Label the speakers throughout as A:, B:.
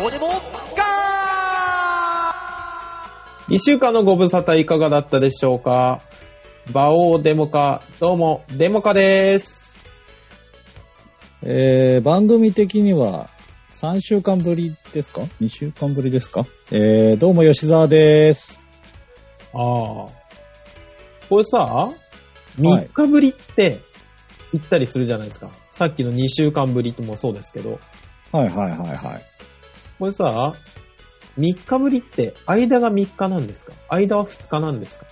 A: どうでもガ
B: 一週間のご無沙汰いかがだったでしょうか馬王デモカ、どうも、デモカです。
C: えー、番組的には3週間ぶりですか ?2 週間ぶりですかえー、どうも吉沢です。
B: ああ。これさ、
C: はい
B: 3日ぶりって言ったりするじゃないですか。さっきの2週間ぶりともそうですけど。
C: はいはいはいはい。
B: これさ、3日ぶりって間が3日なんですか間は2日なんですか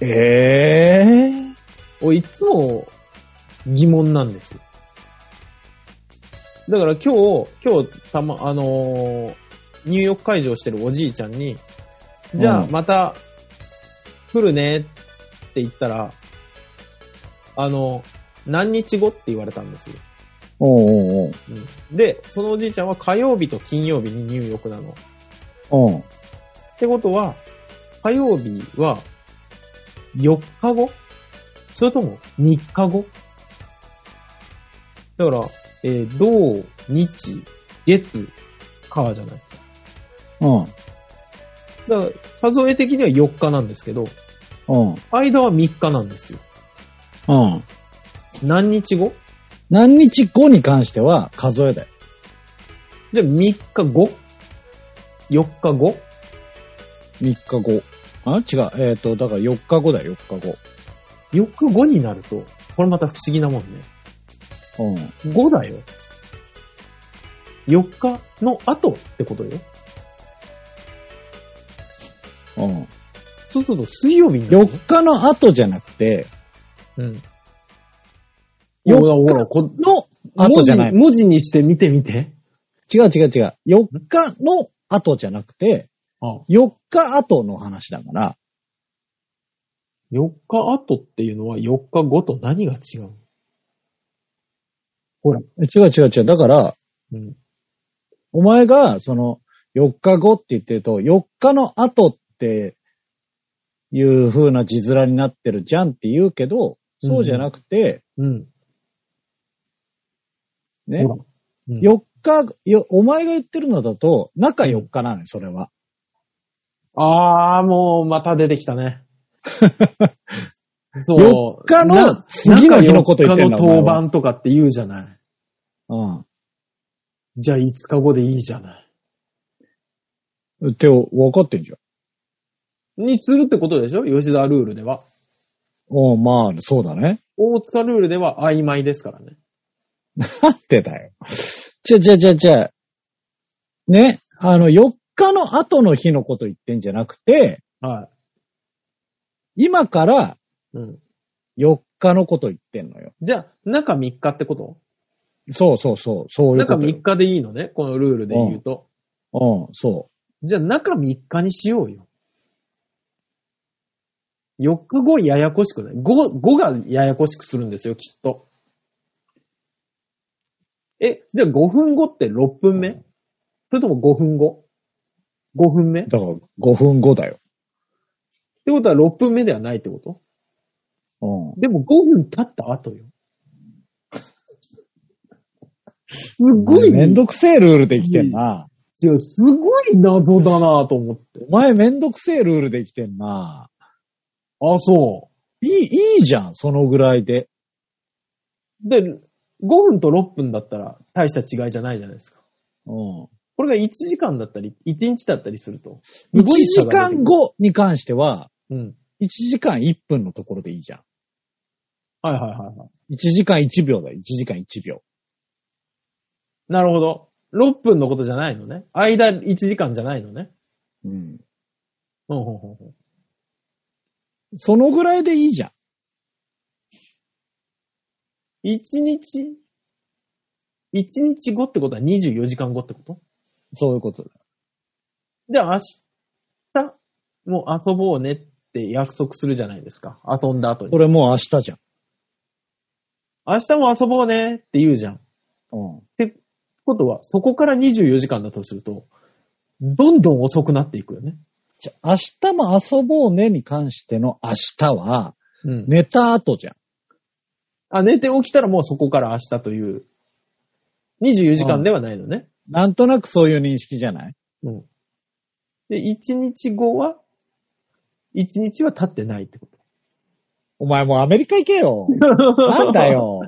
C: えー、
B: 俺いつも疑問なんですよ。だから今日、今日、たま、あのー入浴会場してるおじいちゃんに、じゃあ
C: うん
B: また来るねって言ったら、あの、何日後って言われたんですよ。
C: おうおう
B: うん、で、そのおじいちゃんは火曜日と金曜日に入浴なの。
C: おう。うん。
B: ってことは、火曜日は4日後それとも3日後だから、えー、土、日、月、火じゃないですか。
C: うん。
B: だから、数え的には4日なんですけど、
C: うん。
B: 間は3日なんですよ。
C: うん。
B: 何日後
C: 何日後に関しては数えだよ。
B: じゃあ3日後 ?4 日後
C: 3日後。あ違う。えっ、ー、と、だから4日後だよ、4日
B: ?4 日後になると、これまた不思議なもんね。
C: 後。うん。
B: 5だよ。4日の後ってことよ。
C: うん。
B: そうすると水曜日になるの
C: 4日の後じゃなくて、
B: うん。
C: よっ
B: ほら、この
C: 後じゃない
B: 文字文字にして見てみて。
C: 違う違う違う。4日の後じゃなくて、
B: あ
C: 4日後の話だから、
B: 4日後っていうのは4日後と何が違う
C: ほら。違う違う違う。だから、
B: うん。
C: お前が、その、4日後って言ってると、4日の後っていう風な字面になってるじゃんって言うけど、そうじゃなくて、
B: うん。
C: ね、
B: ほらうん
C: 4日よ、お前が言ってるのだと、中4日なのよ、それは。
B: あー、もうまた出てきた ね。そう。
C: 4日の
B: な
C: 次の日のこと言ってんだ
B: 中4日の当
C: お前は
B: 番とかって言うじゃない。
C: う
B: じゃあ5日後でいいじゃない。
C: ん。って分かってんじゃん。
B: にするってことでしょ吉田ルールでは。
C: おうまあ、そうだね。
B: 大塚ルールでは曖昧ですからね。
C: 合ってたよ。ちゃちゃちゃちゃ。ね、あの、4日の後の日のこと言ってんじゃなくて、
B: は
C: 今から
B: い。うん。
C: 4日のこと言ってんのよ。
B: じゃあ、中3日ってこと
C: そうそうそう、そういう
B: 中
C: ことよ。
B: 3日でいいのね、このルールで言うと。
C: うん、そ
B: じゃあ中3日にしようよ。4日後ややこしくない ?5、5がややこしくするんですよ、きっと。え、じゃあ5分後って6分目それとも5分後 ?5 分目っ
C: う。
B: て
C: だから5分後だよ。
B: ことは6分目ではないってこと
C: う
B: でも5分経った後 よ。すごい、
C: ん。めんどくせえルールできてんな。
B: 違うすごい謎だなと思って。
C: お前めんどくせえルールできてんな。
B: あ、そう。
C: いい、いいじゃん、そのぐらいで。
B: で、5分と6分だったら大した違いじゃないじゃないですか。
C: うん。
B: これが1時間だったり、1日だったりすると。
C: 1時間後に関しては、
B: うん。
C: 1時間1分のところでいいじゃ
B: はいはいはいはい。
C: ん。1時間1秒だよ、1時間1秒。
B: なるほど。6分のことじゃないのね。間1時間じゃないのね。
C: うん。
B: うん、ほんほんほん。
C: そのぐらいでいいじゃん。
B: 1日 ?1 日後ってことは24時間後ってこと
C: そういうことだよ。
B: じゃあ明日もう遊ぼうねって約束するじゃないですか。遊んだ後
C: こ
B: に。
C: れもう明日じゃん。
B: 明日も遊ぼうねって言うじゃん。
C: うん。
B: ことは、そこから24時間だとすると、どんどん遅くなっていくよね。
C: じゃあ、明日も遊ぼうねに関しての明日は、
B: うん。
C: 寝た後じゃん。
B: あ、寝て起きたらもうそこから明日という、24時間ではないのね。
C: なんとなくそういう認識じゃない
B: うん。で、1日後は、1日は経ってないってこと。
C: お前もうアメリカ行けよ。 なんだよ。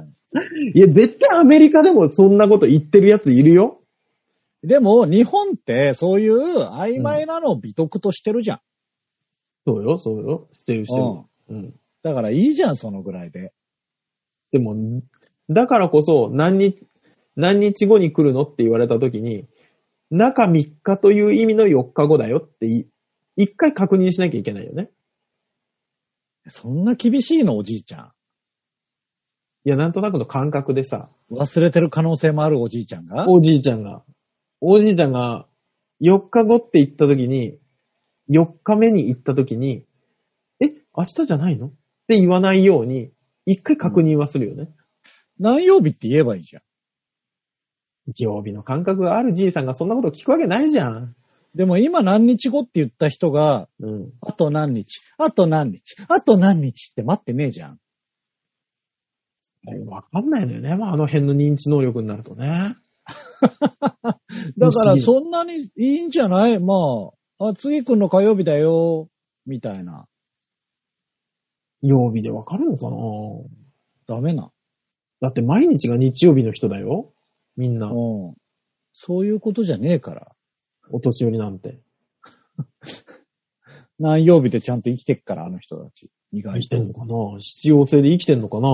B: いや、絶対アメリカでもそんなこと言ってるやついるよ。
C: でも、日本ってそういう曖昧なのを美徳としてるじゃん。
B: そうよ、そうよ。してるしてる。うん。
C: だからいいじゃん、そのぐらいで。
B: でも、だからこそ、何日、何日後に来るのって言われた時に、中3日という意味の4日後だよってい、一回確認しなきゃいけないよね。
C: そんな厳しいの、おじいちゃ
B: いや、なんとなくの感覚でさ、
C: ん。忘れてる可能性もあるおじいちゃんが。
B: おじいちゃんが、おじいちゃんが、4日後って言った時に、4日目に行った時に、え、明日じゃないのって言わないように、一回確認はするよね。
C: 何曜日って言えばいいじゃん。
B: 曜日の感覚があるじいさんがそんなこと聞くわけないじゃん。
C: でも今何日後って言った人が、
B: うん。
C: あと何日、あと何日、あと何日って待ってねえじゃん。
B: わかんないのよね。まあ、あの辺の認知能力になるとね。
C: だか
B: 不思
C: ら
B: 議
C: そんなにいいんじゃないまあ、あ、次くんの火曜日だよ、みたいな。
B: 曜日でわかるのかな
C: ダメな。
B: だって毎日が日曜日の人だよ。みんな、
C: うん。そういうことじゃねえから。
B: お年寄りなんて。
C: 何曜日でちゃんと生きてっから、あの人たち。意
B: 生
C: 外
B: きて
C: と。
B: んのかな必要性で生きてんのかな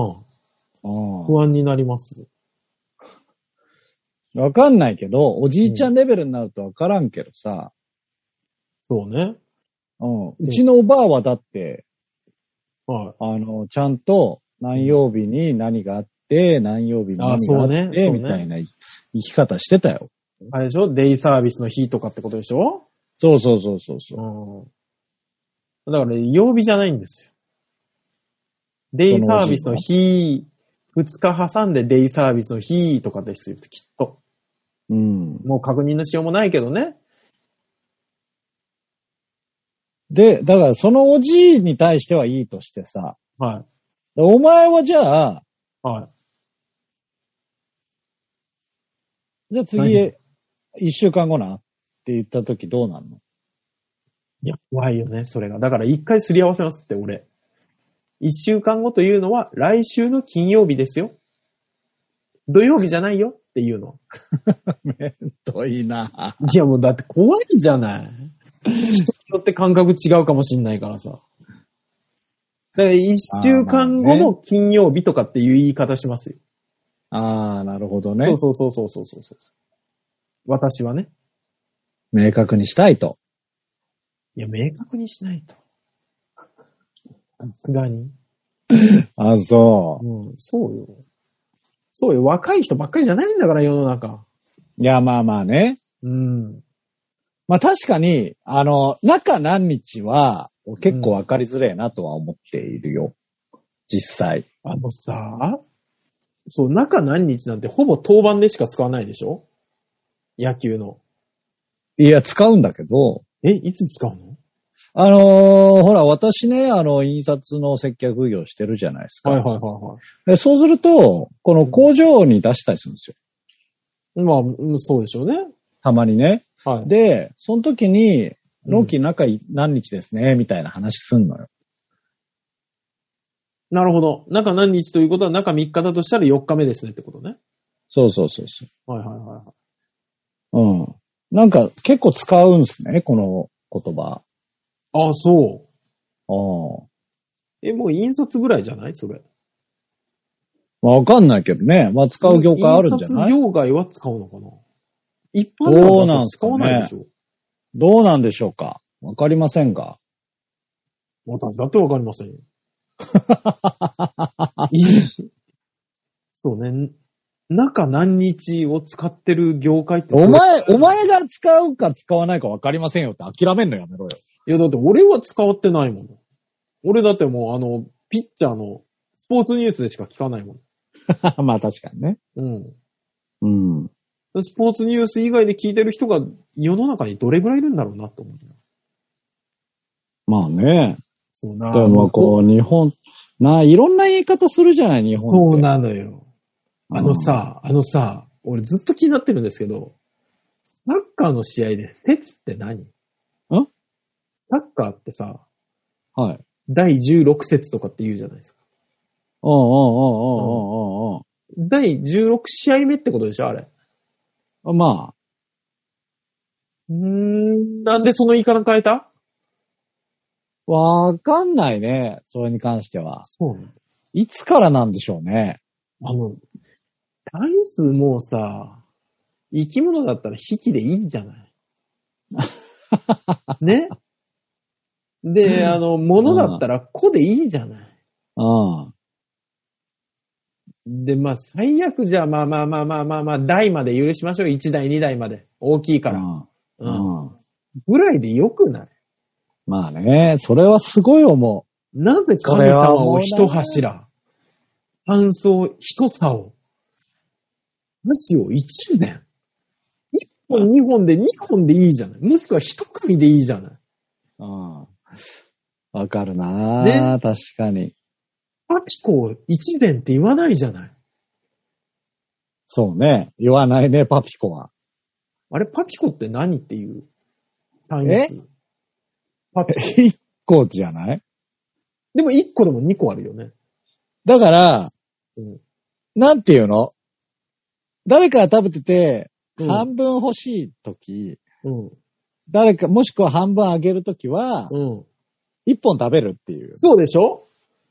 C: うん
B: 不安になります。
C: わかんないけど、おじいちゃんレベルになるとわからんけどさ、
B: そうね。
C: うん、うちのおばあはだって、
B: は
C: あの、ちゃんと何曜日に何があって、何曜日に
B: あ
C: 何
B: そ
C: があ
B: う
C: っ
B: ね
C: て、
B: そうね
C: みたいな生き方してたよ。
B: い。あれでしょデイサービスの日とかってことでしょ
C: そうそうそうそうそう。
B: うん。だから、曜日じゃないんですよ。デイサービスの日、2日挟んでデイサービスの日とかですよ、きっと。
C: うん。
B: もう確認のしようもないけどね。
C: で、だからそのおじいに対してはいいとしてさ、
B: はい。
C: お前はじゃあ、
B: はい。
C: じゃあ次
B: 何、
C: 一週間後なって言った時どうなんの
B: いや、怖いよね、それが。だから一回すり合わせますって、俺。一週間後というのは、来週の金曜日ですよ。土曜日じゃないよっていうの。
C: めんどいな。
B: いや、もうだって怖いじゃない。人によって感覚違うかもしんないからさ。だから一週間後の金曜日とかっていう言い方しますよ。
C: ああ、なるほどね。
B: そうそうそうそうそうそう。私はね。
C: 明確にしたいと。
B: いや、明確にしないと。さすがに。
C: あそう。
B: うん、そうよ。そうよ。若い人ばっかりじゃないんだから、世の中。
C: いや、まあまあね。
B: うん。
C: まあ確かに、あの、中何日は結構わかりづれえなとは思っているよ。実際。
B: あのさ、そう、中何日なんてほぼ当番でしか使わないでしょ野球の。
C: いや、使うんだけど、
B: え、いつ使うの
C: あのーほら、私ね、あの、印刷の接客業してるじゃないですか。
B: はいはいはいは
C: でそうすると、この工場に出したりするんですよ。
B: い。まあうん、そうでしょうね。
C: たまにね。
B: はい。
C: で、その時
B: う
C: に、
B: ん
C: 納期中い何日ですね、みたいな話すんのよ。
B: なるほど。中何日ということは中3日だとしたら4日目ですねってことね。
C: そうそうそうそ
B: はいはいはいはい。
C: う。うん。なんか結構使うんですね、この言葉。
B: ああ、そ
C: うん。
B: う。え、もう引率ぐらいじゃないそれ。
C: まあわかんないけどね。まあ、使う業界あるんじゃな
B: 印
C: い
B: 刷業界は使うのかな一般ではだって使わないでしょ。
C: どうなんでしょうかわかりませんが。
B: 私だってわかりま せんよ。そうね。中何日を使ってる業界ってどう。
C: お前、お
B: い
C: 前が使うか使わないかわかりませんよって諦めんのやめろよ。
B: や、だって俺は使ってないもの。俺だってもう、あの、ピッチャーのスポーツニュースでしか聞かないも
C: まあ確かにね。
B: ん。
C: うん。
B: うん。スポーツニュース以外で聞いてる人が世の中にどれぐらいいるんだろうなと思う。
C: まあね。
B: そうな
C: でもこう、日本、なあ、いろんな言い方するじゃない、日本って。
B: そうなのよ。あのさ、あのさ、俺ずっと気になってるんですけど、サッカーの試合で説って何んサッカーってさ、
C: はい。
B: 第16節とかって言うじゃないですか。
C: おうおうおうおうおうおう
B: 第16試合目ってことでしょあれ。
C: おうま
B: うーん、なんでその言い方変えた
C: あ、わかんないね。それに関しては。
B: そうね。
C: いつからなんでしょうね。
B: あの、単数もうさ、生き物だったら引きでいいんじゃ ないねで、あの、物だったら個でいいんじゃない
C: うん。
B: で、まあ、最悪じゃあ、まあまあまあまあまあまあ、台まで許しましょう。1台、2台まで。大きいから。
C: う
B: うん。
C: ん。うん。
B: ぐらいでよくない
C: まあね、それはすごい思
B: なぜ神様を一柱、半層一竿、箸を一年。一本、二本で、二本でいいじゃない。もしくは一組でいいじゃない。
C: う。うん。わかるな、
B: ね
C: 確かに。
B: パピコを一年って言わないじゃない。
C: そうね。言わないね、パピコは。
B: あれ、パピコって何っていう単位パピコ。
C: 一個じゃない
B: でも一個でも二個あるよね。
C: だから、
B: うん
C: なんていうの誰かが食べてて、
B: うん
C: 半分欲しいとき、
B: うん。
C: 誰か、もしくは半分あげるときは、
B: うん。
C: 一本食べるっていう。
B: そうでしょ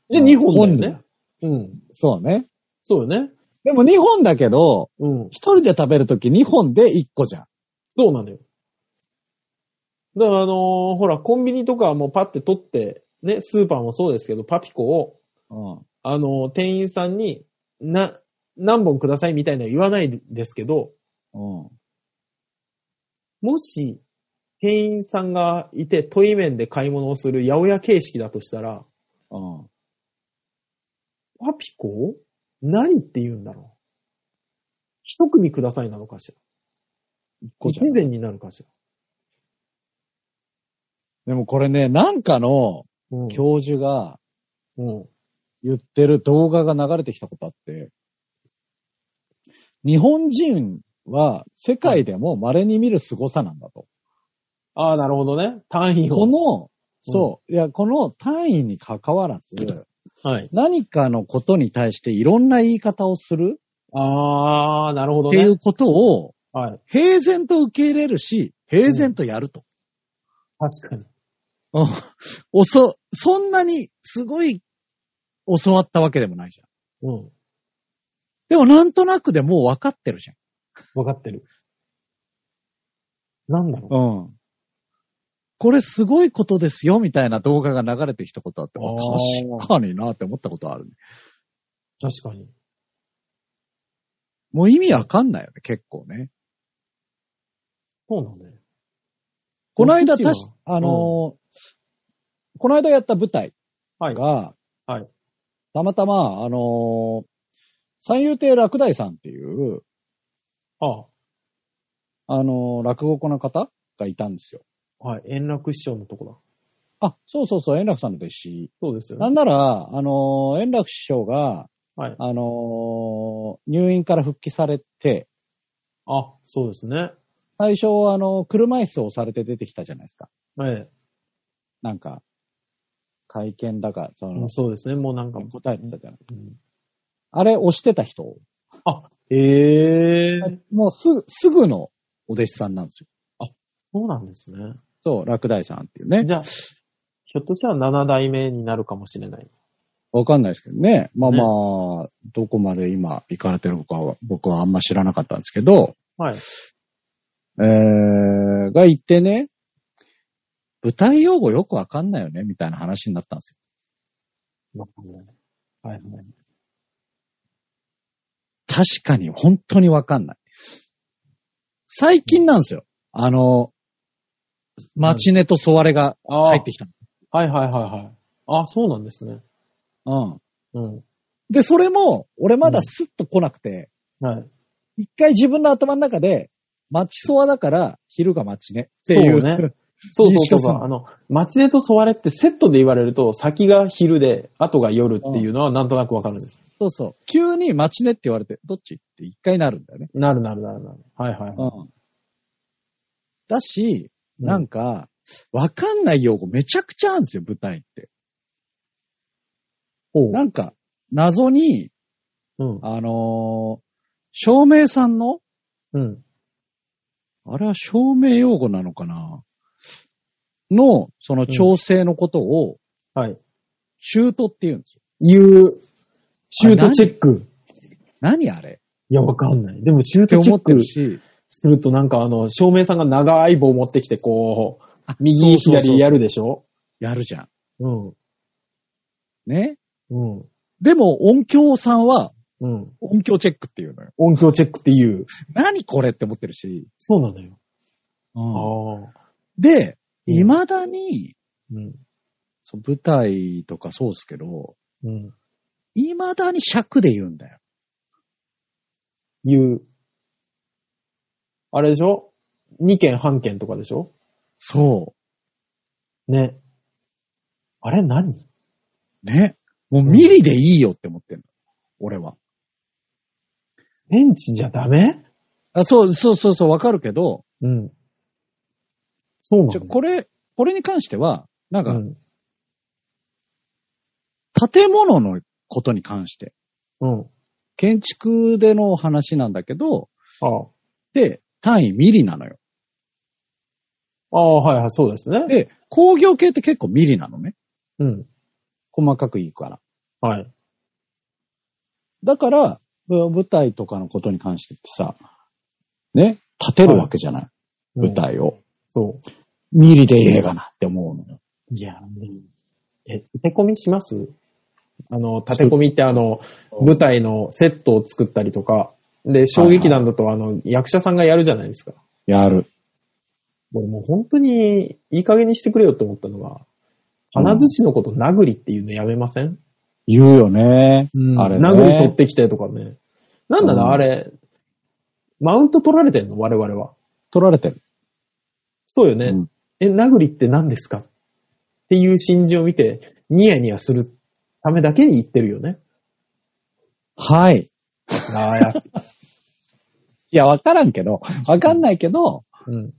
B: じゃあ
C: うん
B: 二本だよ
C: 本
B: ね。うん。
C: そうね。
B: そうよね。
C: でも2本だけど、
B: うん。
C: 一人で食べるとき2本で1個じゃん。
B: そうなのよ。だからあのーほら、コンビニとかはもうパッて取って、ね、スーパーもそうですけど、パピコを、
C: うん。
B: あのー店員さんに、な、何本くださいみたいなの言わないですけど、
C: うん。
B: もし、店員さんがいて、トイ面で買い物をする八百屋形式だとしたら、
C: うん。
B: パピコを何って言うんだろう一組くださいなのかしら
C: 1個じ
B: 一
C: ゃん。
B: 膳になるかし
C: でもこれね、なんかの
B: らうん。
C: 教授が
B: うん。
C: 言ってる動画が流れてきたことあって、日本人は世界でも稀に見る凄さなんだと。
B: ああ、なるほどね。単位
C: こ
B: を。
C: の、そう、いや、この単位に関わらず、
B: はい。
C: 何かのことに対していろんな言い方をする
B: ああ、なるほど
C: ってい
B: ね。
C: うことを
B: はい。
C: 平然と受け入れるし、平然とやると。
B: 確かに。
C: うんおそ、そんなにすごい教わったわけでもないじゃん。
B: うん。
C: でもなんとなくでもう分かってるじゃん。
B: わかってる。なんだろう。
C: うん。これすごいことですよ、みたいな動画が流れてきたことあって、
B: あー
C: 確かになって思ったことあるね。
B: 確かに。
C: もう意味わかんないよね、結構ね。
B: そうなんだよ。
C: この間、
B: こっ
C: 確
B: ち
C: か
B: は、
C: あのーこの間やった舞台
B: はい。
C: が、
B: はい
C: たまたま、あのー三遊亭落第さんっていう、
B: ああ
C: あのー落語家の方がいたんですよ。
B: はい。円楽師匠のとこだ。
C: あ、そうそうそう、円楽さんの弟子。
B: そうですよ
C: な
B: ね。
C: んなら、あのー円楽師匠が、
B: はい。
C: あのー入院から復帰されて、
B: あ、そうですね。
C: 最初、あのー車椅子をされて出てきたじゃないですか。
B: え
C: なんか、会見だか、そ
B: え。
C: の、
B: そうですね。もうなんか。
C: 答えてたじゃない。
B: うん
C: あれ、押してた人、
B: あ、ええ。
C: もうすぐ、すぐのお弟子さんなんですよ。
B: そうなんですね。
C: そう、落第さんっていうね。
B: じゃあ、ひょっとしたら7代目になるかもしれない。
C: わかんないですけどね。まあ
B: ね
C: まあ、どこまで今行かれてるのかは、僕はあんま知らなかったんですけど、
B: はい。
C: えー、が言ってね、舞台用語よくわかんないよね、みたいな話になったんですよ。
B: わかんないはいはい。
C: 確かに、本当にわかんない。最近なんですよ。あの、マチネとソワレが
B: ああ
C: 入ってきた
B: はいはいはいはい。あ、そうなんですね。
C: の。うん。
B: うん。
C: で、それも、俺まだスッと来なくて、
B: はい。
C: 一回自分の頭の中で、マチソワだから、昼がマチネっていう。
B: そうねそうそうそう
C: 西川
B: そ
C: さ
B: う。
C: ん
B: あの、松江とソワレってセットで言われると、先が昼で、後が夜っていうのはなんとなくわかるんです。
C: そうそう。急にマチネって言われて、どっちって一回なるんだよね。
B: なるなるなるなる。はいはい。
C: うん。だし、なん
B: か、
C: か、わかんない用語めちゃくちゃあるんですよ、舞台って。
B: ほう。
C: なんか、謎に、
B: うん。
C: あのー照明さんの、
B: うん。
C: あれは照明用語なのかなの、その調整のことを、
B: はい。
C: 中途って言うんですよ。
B: 言う、中途チェック。
C: 何あれ
B: いや、わかんない。でも、中
C: って
B: 途チェ
C: 思っ
B: ッ
C: て
B: ク
C: るし、
B: すると、なんか、あの、照明さんが長い棒持ってきて、こう、
C: あ
B: 右、
C: そうそうそう
B: 左やるでしょ
C: やるじゃん。
B: うん。
C: ね。
B: うん。
C: でも音響さんは
B: うん。
C: 音響チェックっていうのよ。
B: 音響チェックって言う。
C: 何これって思ってるし。
B: そうなのよ。ああ。
C: で、
B: うん
C: 未だに、
B: うん。
C: そう舞台とかそうですけど、
B: うん。
C: 未だに尺で言うんだよ。
B: 言う。あれでしょ二件半件とかでしょ
C: そ
B: ね。あれ何
C: う。ね。もうミリでいいよって思ってんの。俺は。
B: ベンチじゃダメ
C: あ、そう、そうそうそう、わかるけど、
B: うん。そうなの
C: ちょ、これ、これに関しては、なん
B: う
C: か、
B: ん。
C: 建物のことに関して、
B: うん。
C: 建築での話なんだけど、
B: ああ。
C: で、単位ミリなのよ。
B: ああ、はいはい、そうですね。
C: で、工業系って結構ミリなのね。
B: うん。
C: 細かくいいから。
B: はい。
C: だから、ぶ舞台とかのことに関してってさ、ね、立てるわけじゃない。舞
B: うん。
C: 台を。
B: そ
C: ミリで映画なって思うのよ。
B: う。いや、うんえ、立て込みしますあの、立て込みってあの、舞台のセットを作ったりとか、で、小劇団だとあの、役者さんがやるじゃないですか。
C: やる。
B: 俺もう本当にいい加減にしてくれよって思ったのが、花槌のこと殴りっていうのやめません、
C: 言うよね。あれね。
B: 殴り取ってきてとかね。なんだな、
C: うん
B: あれ、マウント取られてんの我々は。
C: 取られてる。
B: そうよね。
C: うん
B: え、殴りって何ですかっていう心情を見て、ニヤニヤするためだけに言ってるよね。
C: はい。
B: ああ、や、
C: いや、わからんけど、わかんないけど、
B: うん。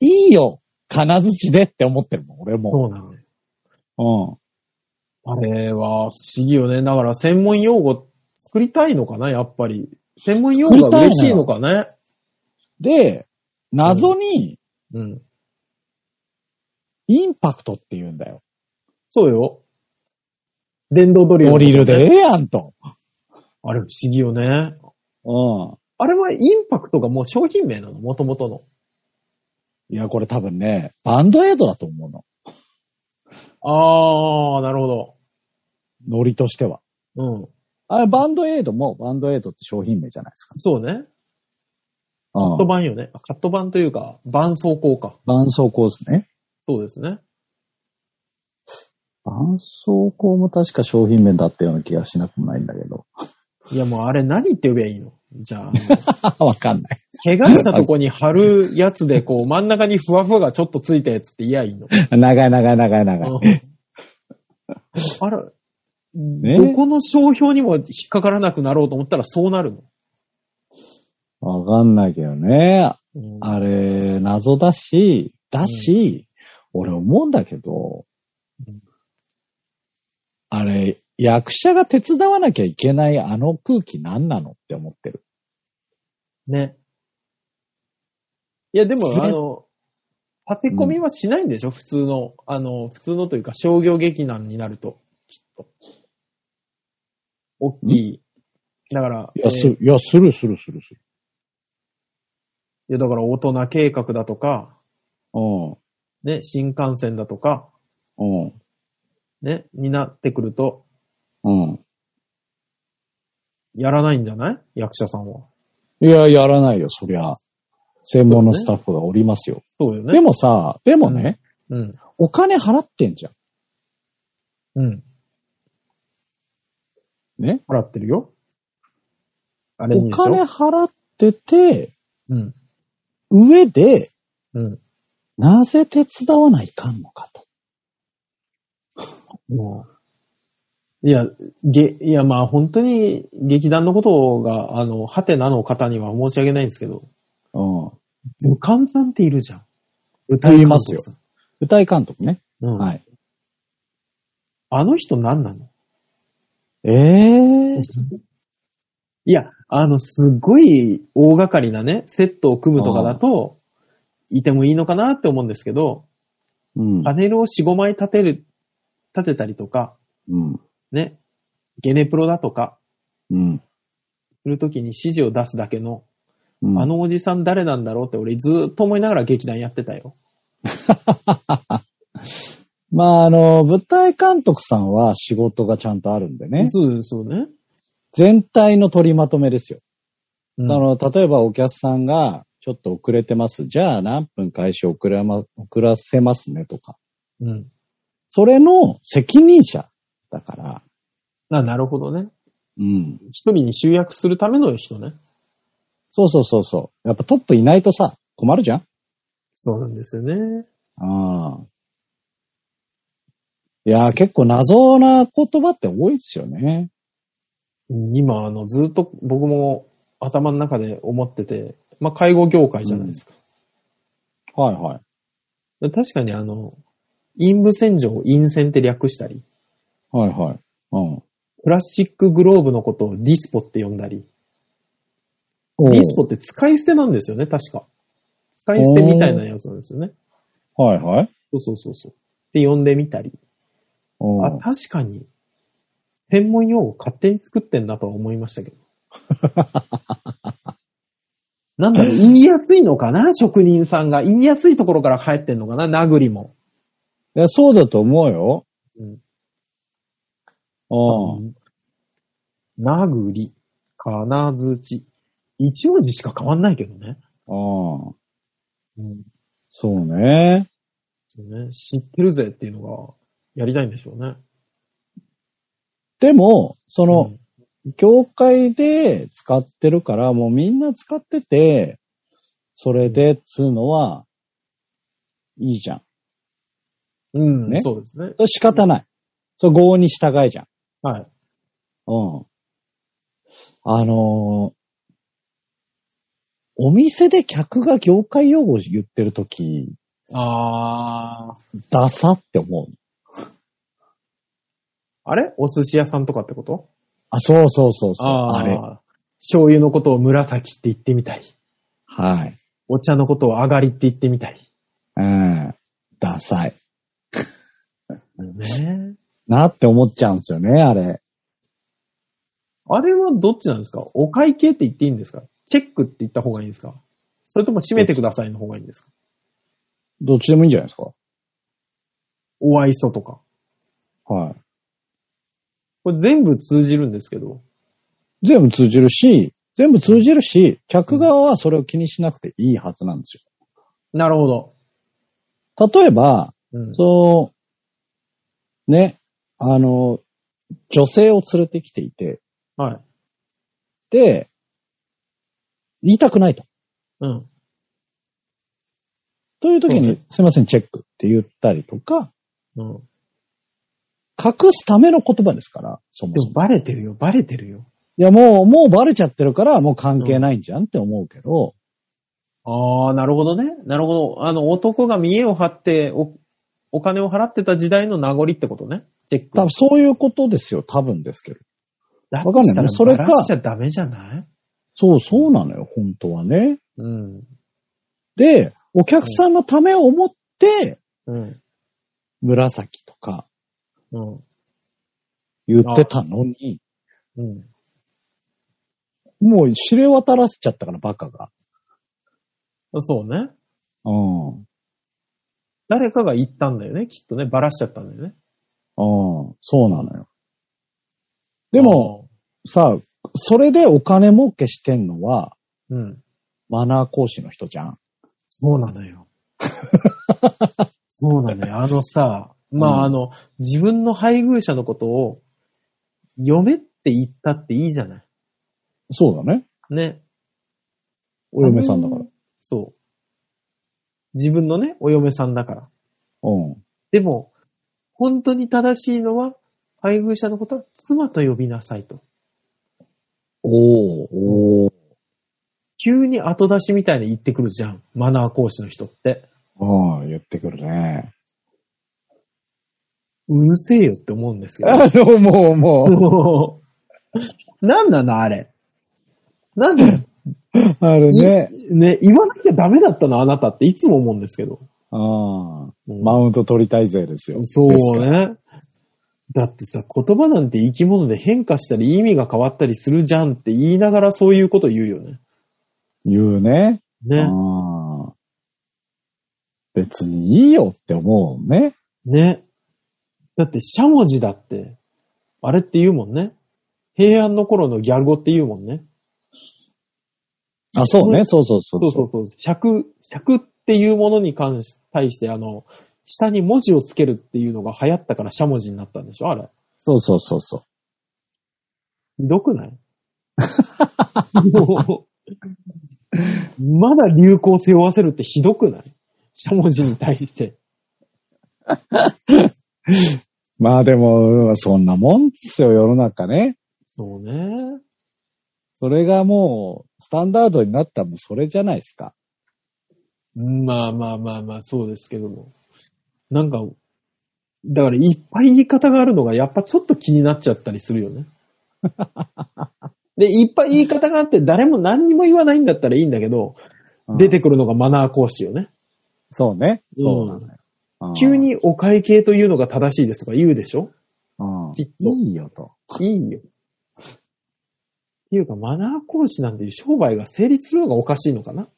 C: いいよ金槌でって思ってるもん、俺も。
B: そうなのよ。
C: うん。
B: あれは不思議よね。だから専門用語作りたいのかな、やっぱり。専門用語が嬉しいのかね。
C: で、謎に、
B: うん。
C: インパクトって言うんだよ。
B: そうよ。電動ドリル。
C: ドリルでええやんと。
B: あれ不思議よね。
C: う
B: あれはインパクトがもう商品名なの元々の。
C: ん。いや、これ多分ね、バンドエイドだと思うの。
B: あー、なるほ
C: ノリとしては。
B: ど。うん。
C: あれ、バンドエイドも、バンドエイドって商品名じゃないですか。
B: そうね。カッ
C: う
B: ト
C: ん。
B: 版よね。カット版というか、伴奏効果。
C: 伴奏コースね。
B: そうですね。
C: 伴奏コも確か商品名だったような気がしなくもないんだけど。
B: いやもうあれ何って呼べばいいのじゃああの、
C: わかんない。
B: 怪我したとこに貼るやつで、こう真ん中にふわふわがちょっとついたやつって言えばいいの。
C: 長い長い長い長い。
B: あれ、どこの商標にも引っかからなくなろうと思ったらそうなるの。
C: わかんないけどね。
B: うん
C: あれ、謎だし、だし、俺思うんだけど
B: うん、
C: あれ、役者が手伝わなきゃいけないあの空気何なのって思ってる。
B: ね。いや、でも
C: そ、れ
B: あの、立て込みはしないんでしょ、普通の。あの、普通のというか、商業劇団になると、きっと。大きい。だから、
C: いや、
B: え
C: す
B: ーい
C: る、いや、するするするする。
B: やだから大人計画だとか、
C: うん。
B: ね、新幹線だとか、
C: うん。
B: ね、になってくると、
C: うん。
B: やらないんじゃない役者さんは。
C: いや、やらないよ、そりゃ。専門のスタッフがおりますよ。
B: そうよね。
C: で、もさ、でもね、
B: うん。
C: お金払ってんじゃ
B: うん。
C: ん。ね。
B: 払ってるよ。あれ
C: お
B: にでしょ
C: 金払ってて、
B: うん。
C: 上で、
B: うん。
C: なぜ手伝わないかんのかと。
B: もう。いや、げ、いや、まあ本当に劇団のことが、あの、ハテナの方には申し訳ないんですけど、
C: うん。
B: 武漢さんっているじゃん。歌
C: 言いますよ歌い監督ね。
B: うん。
C: はい。
B: あの人何なの
C: ええ
B: いや、あの、すごい大掛かりなね、セットを組むとかだと、いてもいいのかなって思うんですけど、
C: うん。
B: パネルを4、5枚立てる、立てたりとか、
C: うん。
B: ね、ゲネプロだとか、
C: うん。
B: するときに指示を出すだけの、
C: うん
B: あ、のおじさん誰なんだろうって俺ずーっと思いながら劇団やってたよ。
C: まあ、あの、舞台監督さんは仕事がちゃんとあるんでね。
B: そうそうね。
C: 全体の取りまとめですよ。
B: うん
C: あの、例えばお客さんが、ちょっと遅れてます。じゃあ何分開始遅れま、遅らせますねとか。
B: うん。
C: それの責任者だから、
B: あ、なるほどね。
C: うん。
B: 一人に集約するための人ね。
C: そうそうそうそう。やっぱトップいないとさ、困るじゃん
B: そうなんですよね。
C: ああ。いやー、結構謎な言葉って多いですよね。
B: 今、あの、ずーっと僕も頭の中で思ってて、まあ、介護業界じゃないですか。
C: はいはい。
B: 確かにあの、陰部洗浄を陰線って略したり、
C: はいはい。うん。
B: プラスチックグローブのことをディスポって呼んだり、ディスポって使い捨てなんですよね、確か。使い捨てみたいなやつなんですよね。
C: はいはい。
B: そうそうそうそう。って呼んでみたり。
C: うん
B: あ、確かに、専門用語勝手に作ってんだとは思いましたけ ど。なんだろう、言いやすいのかな職人さんが。言いやすいところから帰ってんのかな殴りも。
C: いや、そうだと思うよ。
B: うん。
C: うん。
B: 殴り、金づち。一文字しか変わんないけどね。
C: ああ。
B: うん。
C: そうね。
B: そうね。知ってるぜっていうのが、やりたいんでしょうね。
C: でも、そ
B: うん
C: の、業界で使ってるから、もうみんな使ってて、それでっつうのは、いいじゃん。
B: うん、
C: ね
B: そうですね。
C: 仕方ない。それ合に従えじゃん。
B: はい。
C: うん。あのーお店で客が業界用語言ってるとき、
B: あー。
C: ダサって思う。
B: あれお寿司屋さんとかってこと
C: あ、そうそうそうそう。あ
B: ー
C: れ。。
B: 醤油のことを紫って言ってみたり。
C: はい。
B: お茶のことを上がりって言ってみたり。
C: うん。ダサい。
B: ね
C: なって思っちゃうんですよね、あれ。
B: あれはどっちなんですかお会計って言っていいんですかチェックって言った方がいいんですかそれとも閉めてくださいの方がいいんですか
C: どっちでもいいんじゃないですか。
B: お愛想とか。
C: は
B: これ全部通じるんですけど。
C: い。全部通じるし、全部通じるし、客側はそれを気にしなくていいはずなんです
B: なるほど。
C: よ。例えば、
B: うん。
C: そう、ね、あの、女性を連れてきていて、
B: はい。
C: で、言いたくないと。
B: うん。
C: という時
B: そう
C: に、すいません、チェックって言ったりとか、
B: うん。
C: 隠すための言葉ですから、そも
B: で
C: そ
B: も
C: も。
B: バレてるよ、バレてるよ。
C: いや、もう、もうバレちゃってるから、もう関係ないんじゃんって思うけど、
B: ああ、なるほどね。なるほど。あの、男が見栄を張って、お、お金を払ってた時代の名残ってことね。チェック。
C: 多分そういうことですよ、多分ですけど。
B: だ
C: わかんない
B: としたら
C: それか
B: バラしちゃダメじゃない
C: そう、そうなのよ、本当はね。
B: うん。
C: で、お客さんのためを思って、
B: うん。
C: 紫とか
B: うん。
C: 言ってたのに、
B: うん。
C: もう知れ渡らせちゃったから、バカが。
B: そうね。
C: うん。うん。
B: 誰かが言ったんだよね。きっとね。ばらしちゃったんだよね。
C: そうなのよ。でも、さあ、それでお金儲けしてんのは、
B: あー、うん。
C: マナー講師の人じゃん。
B: そうなのよ。 そうなのよ。あのさ、まあ、
C: うん
B: あの、自分の配偶者のことを、嫁って言ったっていいじゃない。
C: そうだね。
B: ね。
C: お嫁さんだから。
B: そう。自分のね、お嫁さんだから。
C: うん。
B: でも、本当に正しいのは、配偶者のことは妻と呼びなさいと。
C: おー、おー。
B: 急に後出しみたいに言ってくるじゃん。マナー講師の人って。
C: うん、言ってくるね。
B: うるせえよって思うんですけ
C: あの、もう、もう、
B: ど。 なんなのあれ。なんで、
C: あるね。
B: ね、言わなきゃダメだったのあなたっていつも思うんですけど。
C: ああ、マウント取りたい勢ですよ。
B: そう
C: ですか。
B: ね。だってさ、言葉なんて生き物で変化したり意味が変わったりするじゃんって言いながらそういうこと言うよね。
C: 言うね。
B: ね。
C: ああ別にいいよって思うね。
B: ね。だって、しゃもじだって、あれって言うもんね。平安の頃のギャル語って言うもんね。
C: あ、そうね。そうそうそ
B: そううそうそう。百、百っていうものに関し、対して、あの、下に文字をつけるっていうのが流行ったからしゃもじになったんでしょあれ。
C: そうそうそうそう。
B: ひど くないもうまだ流行背負わせるってひどくないしゃもじに対して。
C: まあでも、そんなもんですよ、世の中ね。
B: そうね。
C: それがもう、スタンダードになったもんそれじゃないですか。
B: まあまあまあまあ、そうですけども。なんか、だからいっぱい言い方があるのがやっぱちょっと気になっちゃったりするよ ね。で、いっぱい言い方があって誰も何にも言わないんだったらいいんだけど、出て
C: く
B: くるのがマナー講師よね。
C: そうね。
B: うん
C: そうなんだよ。うん
B: 急。にお会計というのが正しいですとか言うでし ょ
C: うん
B: きっと
C: いいよと。
B: いいよ。っていうか、マナー講師なんていう商売が成立するのがおかしいのかな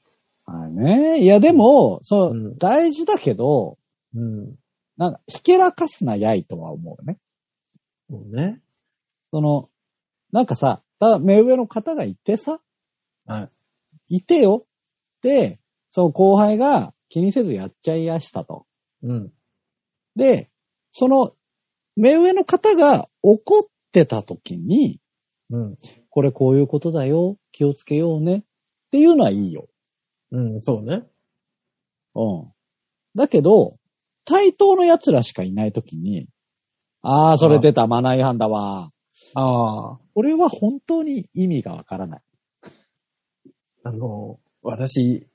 C: はいね。いやでも、そう、
B: うん
C: 大事だけど、
B: うん。
C: なんか、ひけらかすなやいとは思うね。
B: そうね。
C: その、なんかさ、た目上の方がいてさ、
B: はい。
C: いてよって、そう後輩が気にせずやっちゃいやしたと。
B: うん。
C: で、その、目上の方が怒ってた時に、
B: うん。
C: これこういうことだよ、気をつけようね、っていうのはいいよ。
B: うん、そうね。
C: うん。だけど、対等の奴らしかいない時に、ああ、それ出た、マナー違反だわ。
B: ああ。
C: これは本当に意味がわからない。
B: あの、私、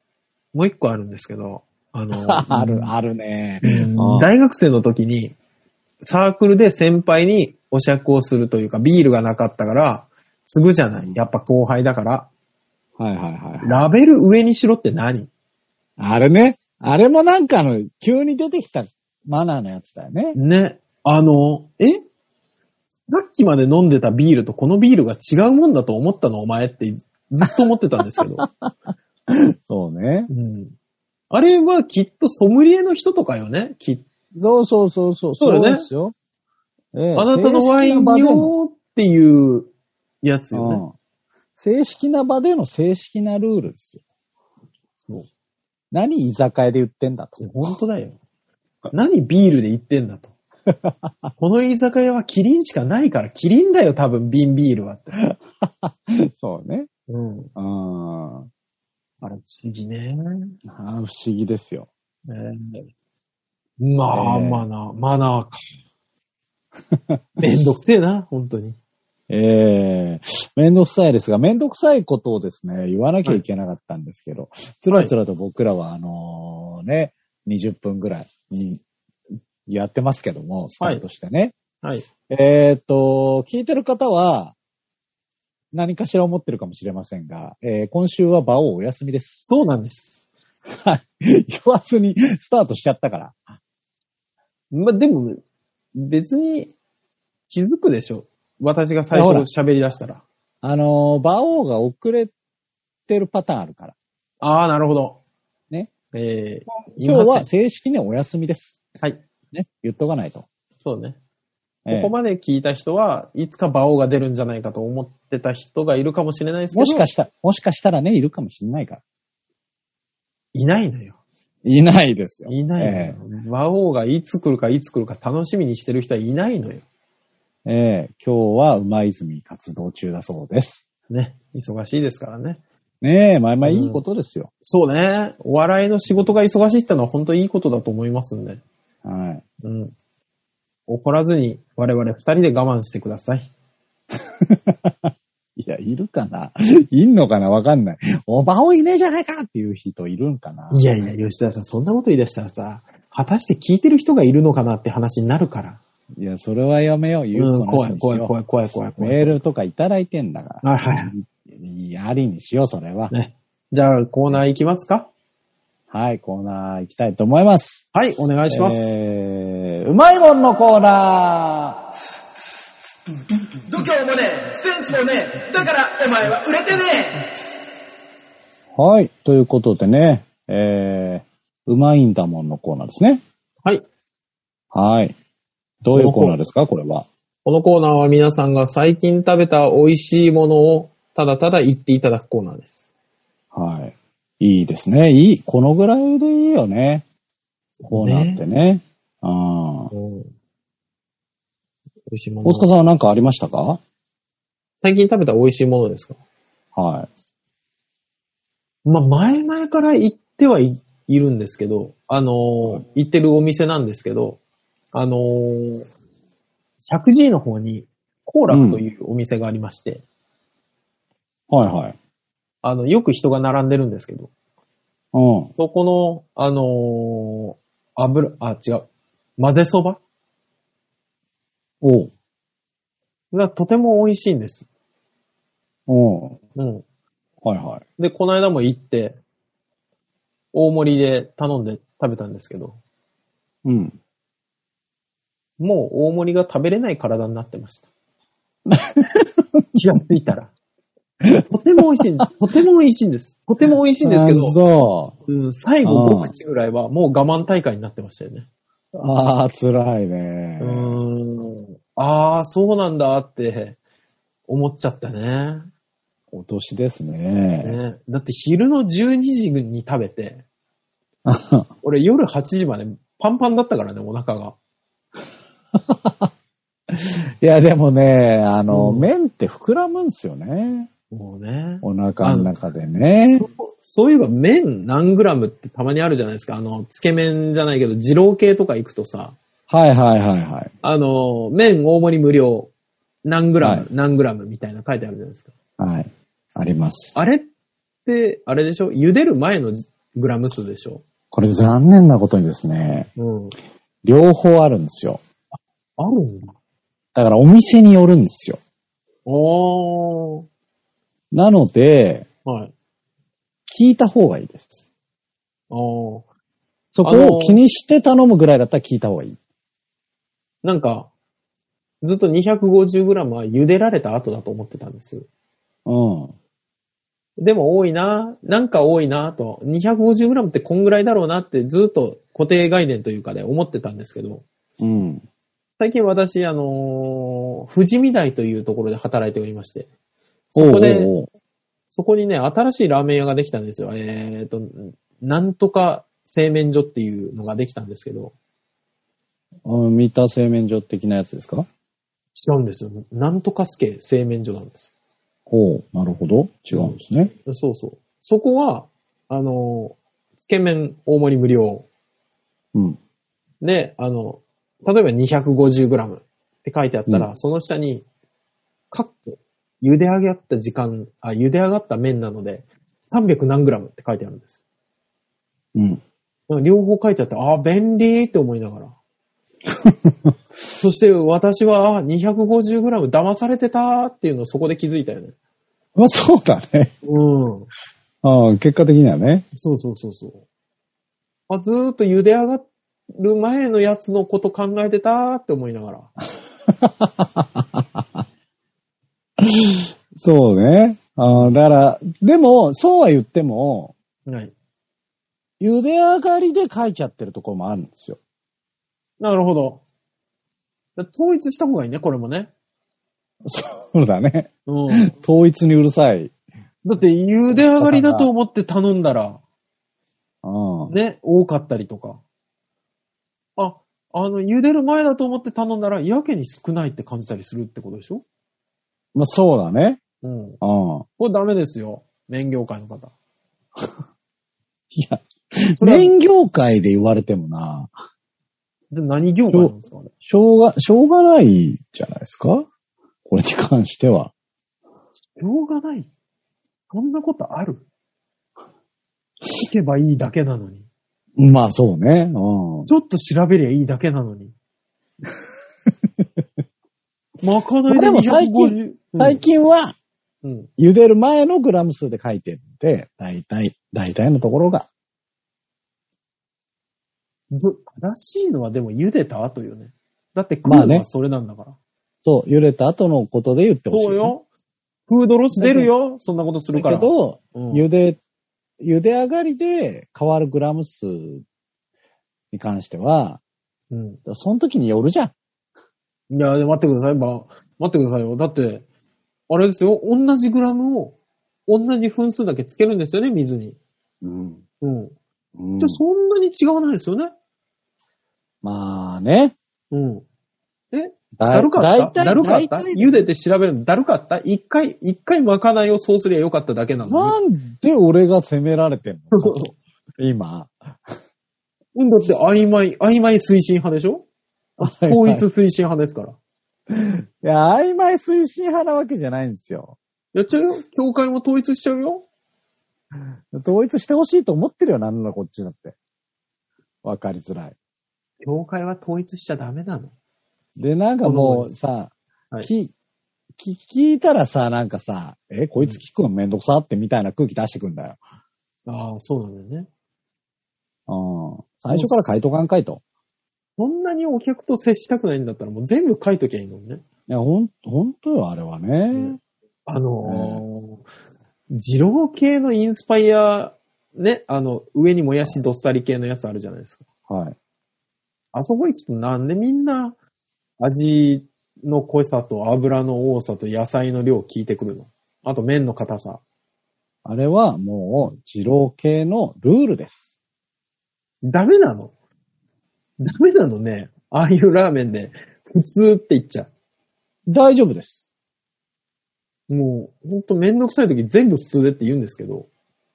B: もう一個あるんですけど、あの、
C: ある、あるね
B: う。ん
C: あ
B: 大学生の時に、サークルで先輩にお酌をするというか、ビールがなかったから、継ぐじゃない。やっぱ後輩だから、
C: はいはいはい。
B: ラベル上にしろって何
C: あれね。あれもなんかの、急に出てきたマナーのやつだよね。
B: ね。あの、えさっきまで飲んでたビールとこのビールが違うもんだと思ったのお前ってずっと思ってたんです けど。
C: そうね。
B: うん。あれはきっとソムリエの人とかよね。きっと
C: そうそうそうそう。
B: そうよね
C: ですよ。ええ
B: あなたのワイン
C: 正式な場での
B: よっていうやつよね。
C: うん正式な場での正式なルールですよ。
B: そう
C: 何居酒屋で言ってんだと。
B: 本当だよ。何ビールで言ってん だと。この居酒屋はキリンしかないから、キリンだよ、多分、瓶ビールはって。
C: そうね。
B: うん。
C: うん。あ
B: あれ、不思議ね。
C: ー不思議ですよ。
B: えーまあ、
C: えー
B: マナー、マナーか。めんどくせえな、本当に。
C: ええめんどくさいですが、めんどくさいことをですね、言わなきゃいけなかったんですけど、つらつらと僕らは、あのーね、20分ぐらいにやってますけども、スタートしてね。
B: はい。
C: えーっと、聞いてる方は、何かしら思ってるかもしれませんが、えー今週は場をお休みです。
B: そうなんです。
C: はい。言わずにスタートしちゃったから。
B: まあ、でも、別に気づくでしょ。私が最初
C: ほら
B: 喋り出したら。
C: あのー、馬王が遅れてるパターンあるから。
B: ああ、なるほど。
C: ね。
B: えー、
C: 今日
B: 言いま
C: は
B: せ
C: 正式にお休みです。
B: んはい。
C: ね。言っとかないと。
B: そうね。こ
C: えー
B: こまで聞いた人は、いつか馬王が出るんじゃないかと思ってた人がいるかもしれないですけど、
C: もしかしたら、もしかしたらね、いるかもしれないから。
B: いないのよ。
C: いないですよ
B: いないのよ。馬王がいつ来るかいつ来るか楽しみにしてる人はいないのよ。
C: えーえー今日は馬泉活動中だそうです。
B: ね。忙しいですからね。
C: ねえ、まあまあいいことですよ。
B: そうね。お笑いの仕事が忙しいってのは本当にいいことだと思いますんで。
C: はい。
B: うん。怒らずに我々二人で我慢してください。
C: いやいいるかな いんのかなわかんない。おばおいねえじゃないかっていう人いるんかない
B: いやいや、吉田さん、そんなこと言い出したらさ、果たして聞いてる人がいるのかなって話になるから。
C: や、それはやめよう。言う
B: うん、怖
C: こ
B: い、怖い、怖い、怖い、怖い、怖い。
C: メールとかいただいてんだから。
B: はいはい。
C: いやありにしよう、それは。
B: ね。じゃあ、コーナー行きますか
C: はい、コーナー行きたいと思います。
B: はい、お願いします。
C: えー、うまいもんのコーナー
A: 度胸もねえ、センスもねえ、だからお前は売れてね
C: はい。ということでね、えー、うまいんだもんのコーナーですね。
B: はい。
C: はい。どういうコーナーですかこれは。
B: このコーナーは皆さんが最近食べた美味しいものをただただ言っていただくコーナーです。
C: はい。いいですね。いい。このぐらいでいいよね。コーナーってね。ああ。
B: うん美味しいも
C: 大塚
B: の。
C: さんは何かありましたか
B: 最近食べた美味しいものですか
C: は
B: まあ、前々から行ってはい、いるんですけど、あのー行ってるお店なんですけど、あのー、石神井の方に、コーラフというお店がありまして、
C: い。はいはい。
B: あの、よく人が並んでるんですけど、
C: うん。
B: そこの、あのー油、あ、違う、混ぜそば
C: おう。
B: がとても美味しいんです。
C: おう。
B: うん。
C: はいはい。
B: で、この間も行って、大盛りで頼んで食べたんですけど、
C: うん。
B: もう大盛りが食べれない体になってま した。気がついたら。とても美味しい、とても美味しいんです。とても美味しいんですけ
C: あ
B: ど、
C: そ
B: うん、最後5口ぐらいはもう我慢大会になってましたよね。
C: う。ああ、辛いね。
B: うーん。ああ、そうなんだって思っちゃったね。
C: お年です ね。
B: ねだって昼の12時に食べて、
C: あ
B: 俺夜8時までパンパンだったからね、お腹が。
C: いや、でもね、あの、
B: うん
C: 麺って膨らむんですよね。
B: もうね。
C: お腹の中でね。
B: そうそういえば麺何グラムってたまにあるじゃないですか。あの、つけ麺じゃないけど、二郎系とか行くとさ、
C: はいはいはいはい。
B: あの、麺大盛り無料、何グラム、
C: はい
B: 何グラムみたいな書いてあるじゃないですか。
C: はい。あります。
B: あれって、あれでしょ茹でる前のグラム数でしょ
C: これ残念なことにですね、
B: うん。
C: 両方あるんですよ。
B: あるんだ。
C: だからお店によるんですよ。
B: おー。
C: なので、
B: はい。
C: 聞いた方がいいです。
B: おー。
C: そ
B: あ
C: こ
B: の
C: を
B: ー
C: 気にして頼むぐらいだったら聞いた方がいい。
B: なんか、ずっと 250g は茹でられた後だと思ってたんです。
C: うん。
B: でも多いな、なんか多いなと、250g ってこんぐらいだろうなってずっと固定概念というかで、思ってたんですけど、
C: うん。
B: 最近私、あのー富士見台というところで働いておりまして、
C: おう
B: そこで
C: おう
B: そこにね、新しいラーメン屋ができたんですよ。えーと、なんとか製麺所っていうのができたんですけど、
C: おううん見た製麺所的なやつですか
B: 違うんですよ。なんとかすけ製麺所なんです。
C: おうなるほど。違うんですね。
B: そうそう。そこは、あの、つけ麺大盛り無料。
C: うん。
B: で、あの、例えば 250g って書いてあったら、
C: う
B: その下に、かっこ、茹で上がった時間、あ、茹で上がった麺なので、300何 g って書いてあるんです。
C: うん。
B: 両方書いてあって、ああ、便利って思いなが ら。そして私は 250g 騙されてたっていうのをそこで気づいたよね。
C: まあそうだね。
B: うん。
C: ああ、結果的にはね。
B: そうそうそうそう。あ、ずーっと茹で上がる前のやつのこと考えてたーって思いなが ら。
C: そうね。ああ、だから、でも、そうは言っても、
B: はい。
C: 茹で上がりで書いちゃってるところもあるんですよ。
B: なるほど。統一した方がいいね、これもね。
C: そうだね。
B: うん。だ
C: 統一にうるさい。
B: って、茹で上がりだと思って頼んだら、
C: うん。
B: ね、多かったりとか。あ、あの、茹でる前だと思って頼んだら、やけに少ないって感じたりするってことでしょ
C: まあそうだね。
B: うん。
C: うん。
B: これダメですよ。麺業界の方。
C: いや、
B: それは
C: 麺業界で言われてもな、
B: で何業界なんですかあれ
C: しょうが、しょうがないじゃないですかこれに関しては。
B: 用がない。そんなことある聞けばいいだけなのに。
C: まあそうね。うん。
B: ちょっと調べりゃいいだけなのに。 まかない
C: でも最近、最近は、
B: うん。うん
C: 茹でる前のグラム数で書いてるんで、大体、大体のところが。
B: ぶ正しいのはでも茹でた後よね。だって食
C: まあ
B: う
C: ね
B: のはそれなんだから。
C: そう、茹でた後のことで言ってほしい、
B: そう。よ。フードロス出るよ。そんなことする
C: だ
B: か
C: け
B: ら。
C: ど、
B: うん
C: 茹で、茹で上がりで変わるグラム数に関しては、
B: うん
C: その時によるじゃん。
B: いや、でも待ってください。まあ、待ってくださいよ。だって、あれですよ。同じグラムを、同じ分数だけつけるんですよね、水に。
C: うん。
B: うん。じゃあそんなに違わないですよね。
C: まあね。
B: うん。
C: だ
B: だるかっ
C: 大体
B: ただるかった
C: 大体
B: 茹でて調べるのだるかった一回、一回まかないをそうすりゃよかっただけなの
C: なんで俺が責められてんの
B: に。
C: 今。
B: うん、だって曖昧、曖昧推進派でしょ統一推進派ですから。
C: いや、曖昧推進派なわけじゃないんですよ。
B: やっちゃうよ教会も統一しちゃうよ
C: 統一してほしいと思ってるよ、なんならこっちだって。わかりづらい。
B: 教会は統一しちゃダメなの。
C: で、なんかもうさ、
B: はい
C: きき聞いたらさ、なんかさ、え、こいつ聞くのめんどくさってみたいな空気出してくんだよ。
B: ああ、そうなんだよね。
C: うん。最初から書いとかんかいと。
B: そんなにお客と接したくないんだったらもう全部書いときゃいいのにね。
C: いや、ほん、ほんとよ、あれはね。
B: あのー、二郎系のインスパイア、ね、あの、上にもやしどっさり系のやつあるじゃないですか。
C: はい。
B: あそこ行くとなんでみんな味の濃さと油の多さと野菜の量効いてくるのあと麺の硬さ。
C: あれはもう、二郎系のルールです。
B: ダメなのダメなのね。ああいうラーメンで普通って言っちゃ
C: 大丈夫です。
B: う。もうほんとめんどくさい時全部普通でって言うんですけど。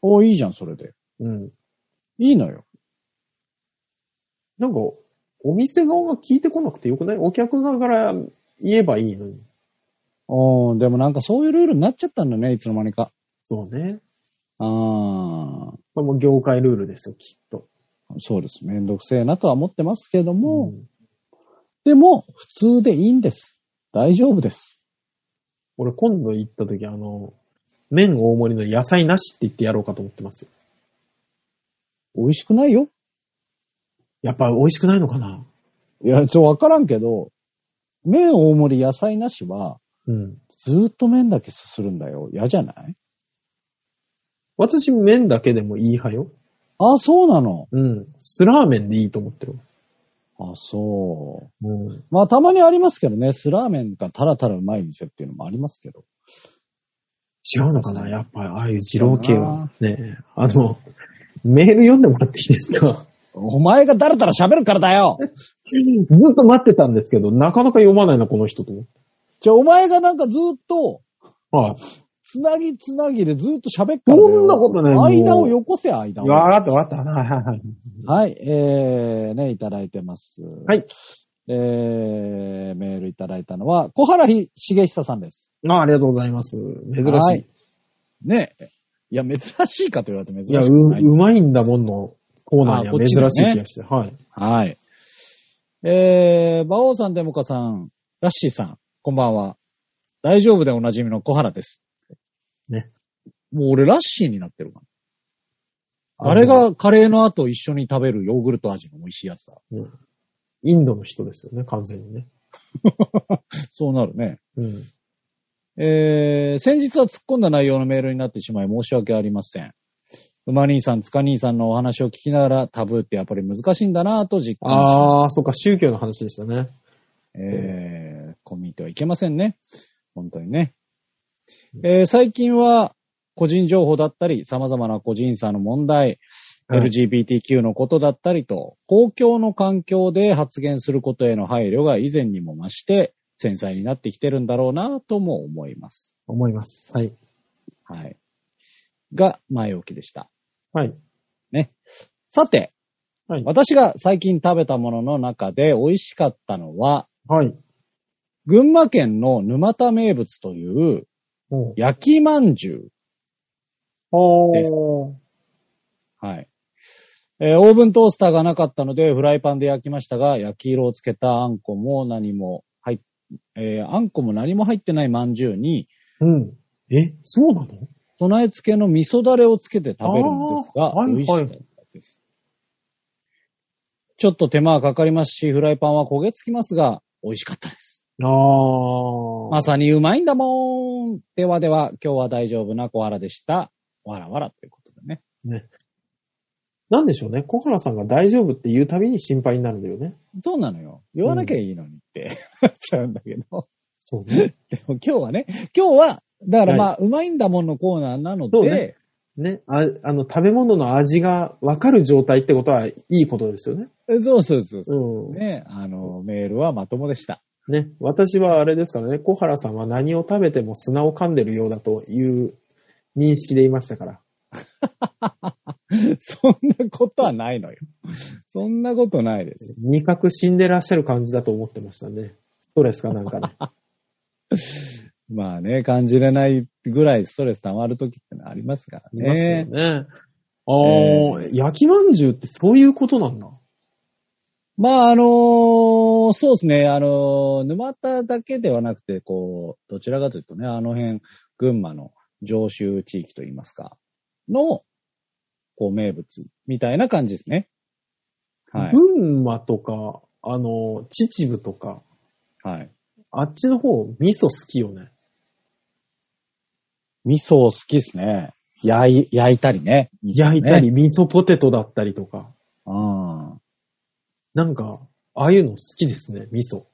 C: お、いいじゃん、それで。
B: うん。
C: いいのよ。
B: なんか、お店側が聞いてこなくてよくないお客側から言えばいいのに。
C: うん、でもなんかそういうルールになっちゃったんだね、いつの間にか。
B: そうね。
C: ああ、
B: まあ、もう業界ルールですよ、きっと。
C: そうです。めんどくせえなとは思ってますけども、
B: ん
C: でも、普通でいいんです。大丈夫です。
B: 俺今度行った時、あの、麺大盛りの野菜なしって言ってやろうかと思ってますよ。
C: 美味しくないよ。
B: やっぱ美味しくないのかない
C: や、ちょ、わからんけど、麺大盛り野菜なしは、
B: うん。
C: ずーっと麺だけすするんだよ。嫌じゃない
B: 私麺だけでもいい派よ。
C: あ、そうなの。
B: うん。スラーメンでいいと思ってる。
C: あ、そう。
B: うん。
C: まあ、たまにありますけどね、スラーメンがたらたらうまい店っていうのもありますけど。
B: 違うのかなやっぱり、ああいう二郎系は。ねえあの、メール読んでもらっていいですか
C: お前がだらだら喋るからだよ
B: ずっと待ってたんですけど、なかなか読まないな、この人と思って。
C: じゃあ、お前がなんかずーっと、
B: はい。
C: つなぎつなぎでずーっと喋っからだよ
B: そんなことないもう
C: 間をよこせ、間を。
B: わかった、わかった。はいはいはい。。
C: はい、えー、ね、いただいてます。はいえー、メールいただいたのは、小原ひ茂久さんです。
B: あありがとうございます。珍
C: は
B: しい
C: い。。ね。いや、珍しいかと言われて珍し
B: い
C: い
B: や、う、
C: ない。
B: うまいんだもんのコーナーに
C: あ
B: は
C: こ
B: 珍
C: っちのね
B: しい気がして。はい。
C: はい。えー、馬王さん、デモカさん、ラッシーさん、こんばんは。大丈夫でおなじみの小原です。
B: ね。
C: もう俺、ラッシーになってるかな。あれ
B: の、
C: がカレーの後一緒に食べるヨーグルト味の美味しいやつだ。
B: インドの人ですよね、完全にね。
C: そうなるね。
B: うん。
C: えー、先日は突っ込んだ内容のメールになってしまい申し訳ありません。馬兄さん、塚兄さんのお話を聞きながらタブーってやっぱり難しいんだなぁと実感しました。
B: ああ、そっか、宗教の話でしたね。
C: えー、コミュニティはいけませんね。本当にね。えー最近は個人情報だったり、様々な個人差の問題、
B: はい
C: LGBTQ のことだったりと、公共の環境で発言することへの配慮が以前にも増して、繊細になってきてるんだろうなぁとも思います。
B: 思います。はい。
C: はい。が、前置きでした。
B: はい。
C: さて、
B: はい
C: 私が最近食べたものの中で美味しかったのは、
B: はい。
C: 群馬県の沼田名物という
B: うん。
C: 焼きまんじゅ
B: お
C: です
B: ー。
C: う。はい。えーオーブントースターがなかったので、フライパンで焼きましたが、焼き色をつけたあんこも何も入っ、えーあんこも何も入ってないまんじゅうに、
B: うん。え、そうなの
C: 備え付けの味噌だれをつけて食べるんですが
B: あ、ー
C: 美味しかったです。ちょっと手間はかかりますし、フライパンは焦げつきますが、美味しかったです。
B: あ
C: まさにうまいんだもん。ではでは、今日は大丈夫な小原でした。わらわらということでね。
B: なんでしょうね。小原さんが大丈夫って言うたびに心配になるんだよね。
C: そうなのよ。言わなきゃいいのにって、 なっちゃうんだけど。
B: そうね。
C: でも今日はね、今日は、だからまあ、
B: は
C: うまいんだもんのコーナーなの
B: そう
C: で、
B: ね ね。あ、あの、食べ物の味がわかる状態ってことはいいことですよね。
C: そうそうそうそうう。ね、あの、メールはまともでした。
B: ん。ね。私はあれですからね、小原さんは何を食べても砂を噛んでるようだという認識でいましたから。
C: そんなことはないのよ。そんなことないです。
B: 味覚死んでらっしゃる感じだと思ってましたね。ストレスかなんかね。
C: まあね、感じれないぐらいストレス溜まるときってのはありますから
B: いますよ
C: ね。
B: ね。ああ、焼きまんじゅうってそういうことなんだ。
C: まあ、あのーそうですね、あのー沼田だけではなくて、こう、どちらかというとね、あの辺、群馬の上州地域といいますか、の、こう、名物みたいな感じですね。はい。
B: 群馬とか、あの、秩父とか、
C: はい。
B: あっちの方、味噌好きよね。
C: 味噌好きですね。焼い、焼いたりね。
B: 焼いた
C: ね。
B: り、味噌ポテトだったりとか。
C: うん。
B: なんか、ああいうの好きですね、味噌。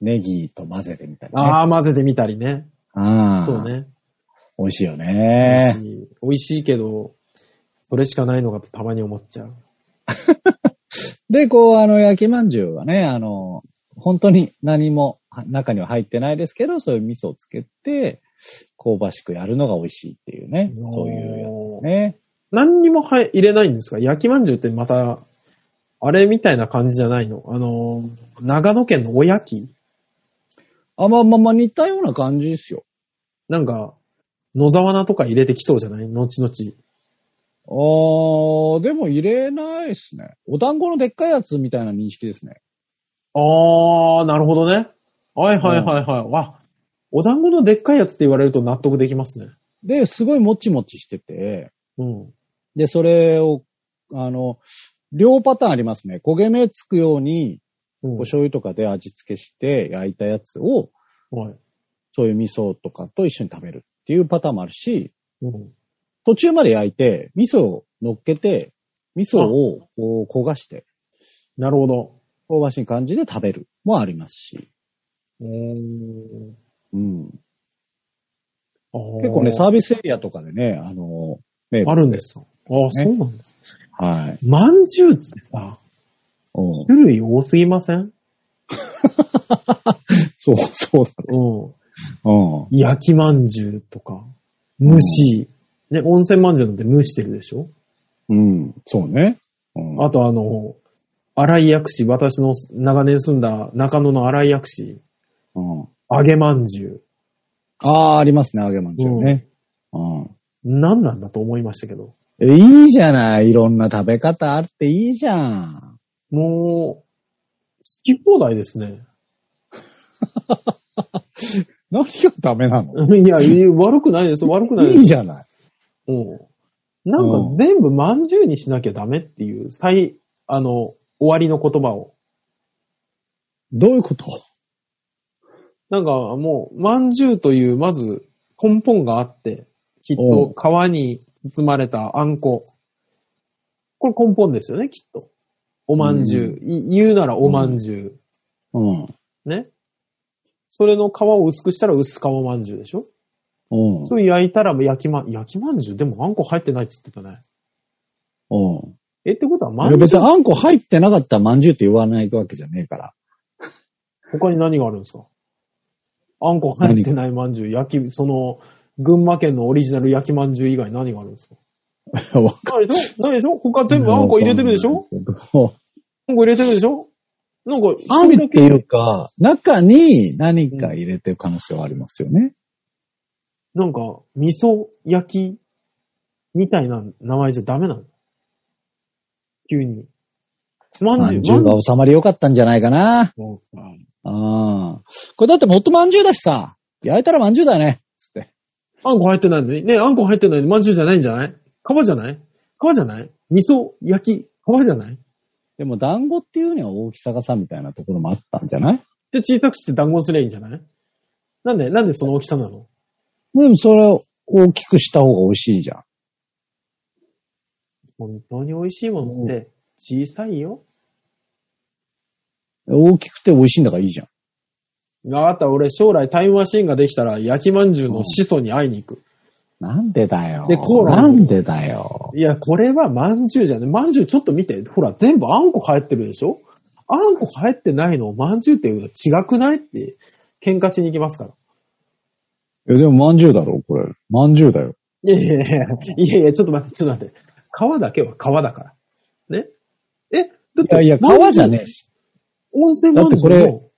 C: ネギと混ぜてみたりね。
B: ああ、混ぜてみたりね。
C: あ
B: そう。ね。
C: 美味しいよ
B: 美
C: ね
B: 味。しい美味しいけど、それしかないのがたまに思っちゃう。
C: で、こう、あの、焼きまんじゅうはね、あの、本当に何もは中には入ってないですけど、そういう味噌をつけて、香ばしくやるのが美味しいっていうね、そういうやつですね。
B: 何にも入入れないんですか焼きまんじゅうってまた、あれみたいな感じじゃないのあの、長野県のおやき
C: あ、まあまあまあ似たような感じですよ。
B: なんか、野沢菜とか入れてきそうじゃない後々。
C: あー、でも入れないですね。お団子のでっかいやつみたいな認識ですね。
B: あー、なるほどね。はいはいはいはい。わ、お団子のでっかいやつって言われると納得できますね。
C: で、すごいもちもちしてて、
B: うん。
C: で、それを、あの、両パターンありますね。焦げ目つくように、
B: うん
C: お醤油とかで味付けして焼いたやつを、
B: はい。
C: そういう味噌とかと一緒に食べるっていうパターンもあるし、
B: うん。
C: 途中まで焼いて、味噌を乗っけて、味噌をこう焦がして、
B: なるほど。
C: 香ばしい感じで食べるもありますし、
B: 結
C: うん。結構ね、サービスエリアとかでね、あの、名物
B: あるんですかああ、
C: す
B: そ
C: ね
B: うなんです。
C: はい。
B: まんじゅうってさ、
C: うん
B: 種類多すぎません
C: そう、そうだ
B: うん。
C: ろう。
B: 焼きまんじゅうとか、蒸し、ね、温泉まんじゅうなんて蒸してるでしょ
C: うん。うん。そうね。うん
B: あとあの、荒井薬師、私の長年住んだ中野の荒井薬師、
C: うん
B: 揚げまんじゅ
C: ああ、ありますね、揚げまんじゅうね。うん。
B: う。何なんだと思いましたけど。
C: えいいじゃない。いろんな食べ方あっていいじゃん。
B: もう、好き放題ですね。
C: 何がダメなの
B: いや、いい悪くないです。悪くないです。
C: いいじゃない。
B: うん。なんか全部まんじゅうにしなきゃダメっていう、最、あの、終わりの言葉を。
C: どういうこと
B: なんかもう、まんじゅうという、まず、根本があって、きっ
C: お
B: と
C: う
B: 皮に包まれたあんこ。これ根本ですよね、きっと。おまんじゅう。い言うならおまんじゅ
C: うん。
B: う。ね。それの皮を薄くしたら薄皮まんじゅうでしょ
C: うん。
B: それ焼いたら焼きま、焼きまんじゅうでもあんこ入ってないっつってたね。
C: うん。
B: え、ってことはいまん
C: や別
B: じゅ
C: に
B: う、
C: あんこ入ってなかったらまんじゅうって言わないわけじゃねえから。
B: 他に何があるんですかあんこ入ってないまんじゅう、焼き、その、群馬県のオリジナル焼きまんじゅう以外何があるんですか
C: わ
B: ないでしょないでしょ他全部あんこ入れてるでしょあんこ入れてるでしょなんか、
C: あんっていうか、中に何か入れてる可能性はありますよね。
B: なんか、味噌焼きみたいな名前じゃダメなの急に。ま
C: ま
B: ん
C: ん
B: じ
C: じ
B: ゅ
C: ゅ
B: う、
C: う
B: ま
C: が
B: んじ
C: 収まり良かったんじゃないかな。
B: ゅう。
C: うん。これだってもっとまんじゅうだしさ、焼いたらまんじゅうだね。つって。
B: あんこ入ってないのに。ねえあんこ入ってないのに、まんじゅうじゃないんじゃない皮じゃない皮じゃない味噌焼き、皮じゃない
C: でも団子っていうには大きさがさみたいなところもあったんじゃない
B: で、小さくして団子にすりゃいいんじゃないなんで、なんでその大きさなの
C: でもそれを大きくした方が美味しいじゃん。
B: 本当に美味しいものって小さいよ。
C: 大きくて美味しいんだからいいじゃん。
B: あった俺将来タイムマシーンができたら焼きまんじゅうの始祖に会いに行く。
C: なんでだよ。
B: でコーラ
C: なんでだよ。
B: いや、これはまんじゅうじゃね。まんじゅうちょっと見て。ほら、全部あんこ入ってるでしょあんこ入ってないのをまんじゅうっていうのは違くないって喧嘩しに行きますから。
C: いや、でもまんじゅうだろ、これ。まんじゅうだよ。
B: いやいやいや、いやいや、ちょっと待って、ちょっと待って。皮だけは皮だから。ねえだっ
C: いやいや、皮じゃねえし。
B: 温泉まんじゅう
C: だってこ
B: の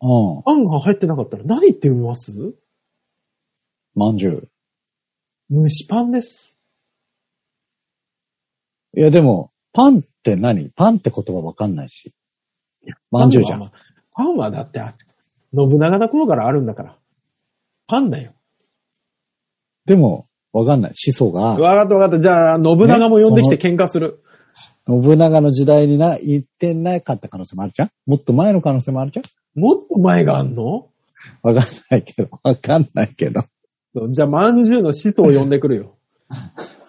C: うん。
B: あんが入ってなかったら何って産みます
C: まんじゅう。
B: 蒸しパンです。
C: いや、でも、パンって何パンって言葉わかんないし。まんじゅうじゃん
B: パンは。パンはだって、信長の頃からあるんだから。パンだよ。
C: でも、わかんない。始祖が、
B: わかったわかった。じゃあ、信長も呼んできて
C: ね
B: 喧嘩する。
C: 信長の時代にな、言ってなかった可能性もあるじゃんもっと前の可能性もあるじゃん
B: もっと前があんの
C: わかんないけど、わかんないけど。
B: そうじゃあ、まんじゅうの使徒を呼んでくる よ。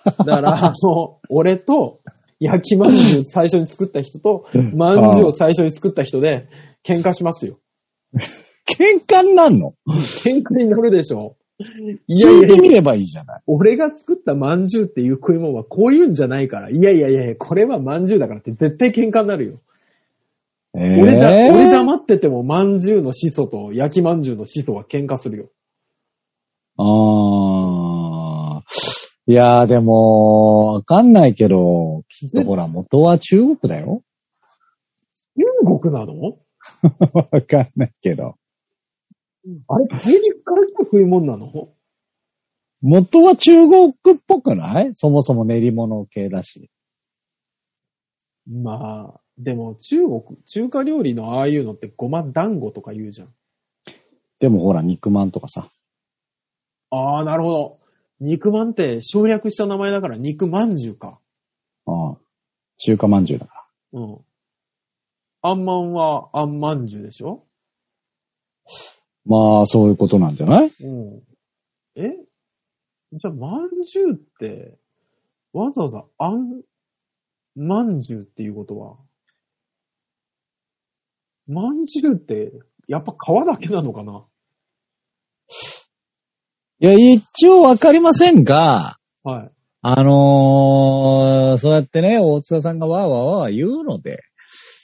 B: だから、あの、俺と、焼きまんじゅう最初に作った人と、まんじゅうを最初に作った人で、喧嘩しますよ。
C: 喧嘩になんの
B: 喧嘩になるでし ょ。いやい
C: 聞い
B: や
C: て
B: い
C: み
B: や、
C: ればいいじゃない。
B: 俺が作ったまんじゅうっていう食い物はこういうんじゃないから、いやいやいやいや、これはまんじゅうだからって絶対喧嘩になるよ。俺だ、
C: えー
B: 俺黙ってても、まんじゅうの始祖と焼きまんじゅうの始祖は喧嘩するよ。
C: あーいやーでも、わかんないけど、きっとほら、元は中国だよ。
B: 中国なの
C: わかんないけど。
B: あれ、大陸から来た食い物なの
C: 元は中国っぽくないそもそも練り物系だし。
B: まあ、でも中国、中華料理のああいうのってごま団子とか言うじゃん。
C: でもほら、肉まんとかさ。
B: ああ、なるほど。肉まんって省略した名前だから肉まんじゅうか。
C: うん中華まんじゅうだから。
B: うん。あんまんはあんまんじゅうでしょ
C: まあ、そういうことなんじゃない
B: うん。えじゃあ、まんじゅうって、わざわざあん、まんじゅうっていうことは、まんじゅうって、やっぱ皮だけなのかない
C: や、一応わかりませんが、
B: はい。
C: あのー、そうやってね、大塚さんがわーわーわーわー言うので、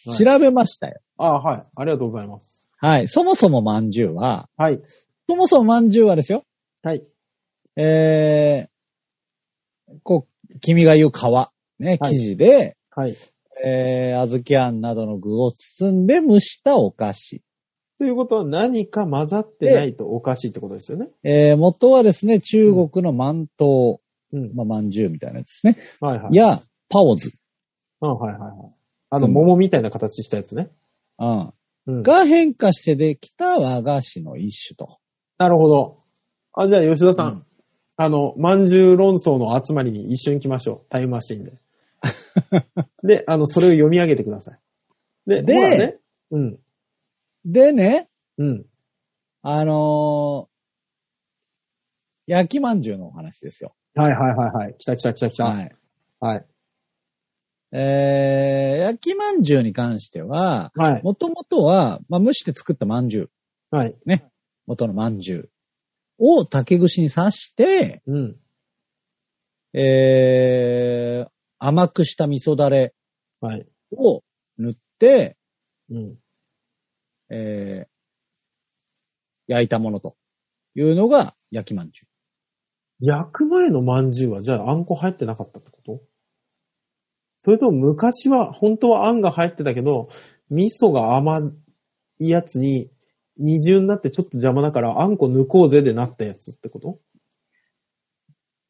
B: はい
C: 調べましたよ。
B: ああ、はい。ありがとうございます。
C: はい。そもそもまんじゅうは、
B: はい。
C: そもそもまんじゅうはですよ、
B: はい。
C: えー、こう、君が言う皮、ね、
B: はい
C: 生地で、
B: はい。
C: えー、小豆あんなどの具を包んで蒸したお菓子。
B: ということは何か混ざってないとおかしいってことですよね。
C: えー、元はですね、中国の饅頭、
B: うん。
C: まあ、まんじゅうみたいなやつですね。
B: はいはい。
C: や、パオズ、
B: うん、はいはいはい。あの、桃みたいな形したやつね。
C: うん、
B: うん。
C: が変化してできた和菓子の一種と。
B: なるほど。あ、じゃあ吉田さん、
C: うん
B: あの、まんじゅう論争の集まりに一緒に来ましょう。タイムマシン で。で、あの、それを読み上げてください。で、
C: で
B: ほらね、うん、
C: でね、
B: うん。
C: あのー焼きまんじゅうのお話ですよ。
B: はいはいはいはい。来た来た来た来た。はい。
C: い。
B: はい。
C: えー、焼きまんじゅうに関しては、
B: はい。
C: もともとは、まあ、蒸して作ったまんじゅう、
B: はい。
C: 元のまんじゅうを竹串に刺して、
B: うん。
C: えー、甘くした味噌だれ
B: はい。
C: を塗って、
B: うん。
C: えー、焼いたものというのが焼きまんじゅう。
B: 焼く前のまんじゅうは、じゃああんこ入ってなかったってことそれとも昔は、本当はあんが入ってたけど、味噌が甘いやつに二重になってちょっと邪魔だから、あんこ抜こうぜでなったやつってこと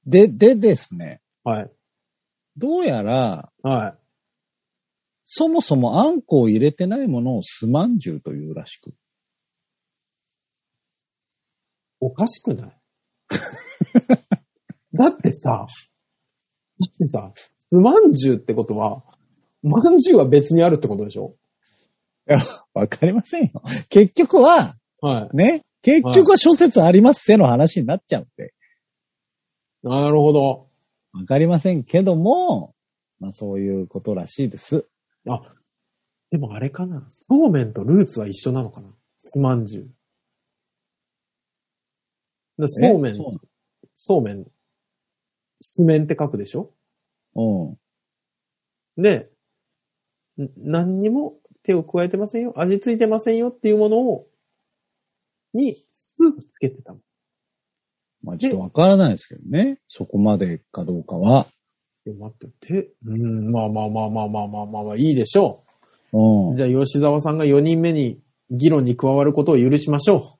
C: で、でですね、
B: はい。
C: どうやら、
B: はい。
C: そもそもあんこを入れてないものをすまんじゅうというらしく。
B: おかしくないだってさ、だってさ、すまんじゅうってことは、まんじゅうは別にあるってことでしょ
C: わかりませんよ。結局は、
B: はい。
C: ね、結局は諸説ありますせの話になっちゃうんで。
B: なるほど。
C: わかりませんけども、まあそういうことらしいです。
B: あ、でもあれかな。そうめんとルーツは一緒なのかなすまんじゅう。だそうめん
C: え、そう
B: そうめん、すめんって書くでしょ
C: うん。
B: で、ん何にも手を加えてませんよ。味ついてませんよっていうものを、に、スープつけてたの。
C: まあちょっとわからないですけどね。そこまでかどうかは。
B: いや、待って、て、うん、まあまあまあまあまあまあまあまあ、いいでしょ
C: う
B: う。
C: ん。
B: じゃあ、吉沢さんが4人目に、議論に加わることを許しましょ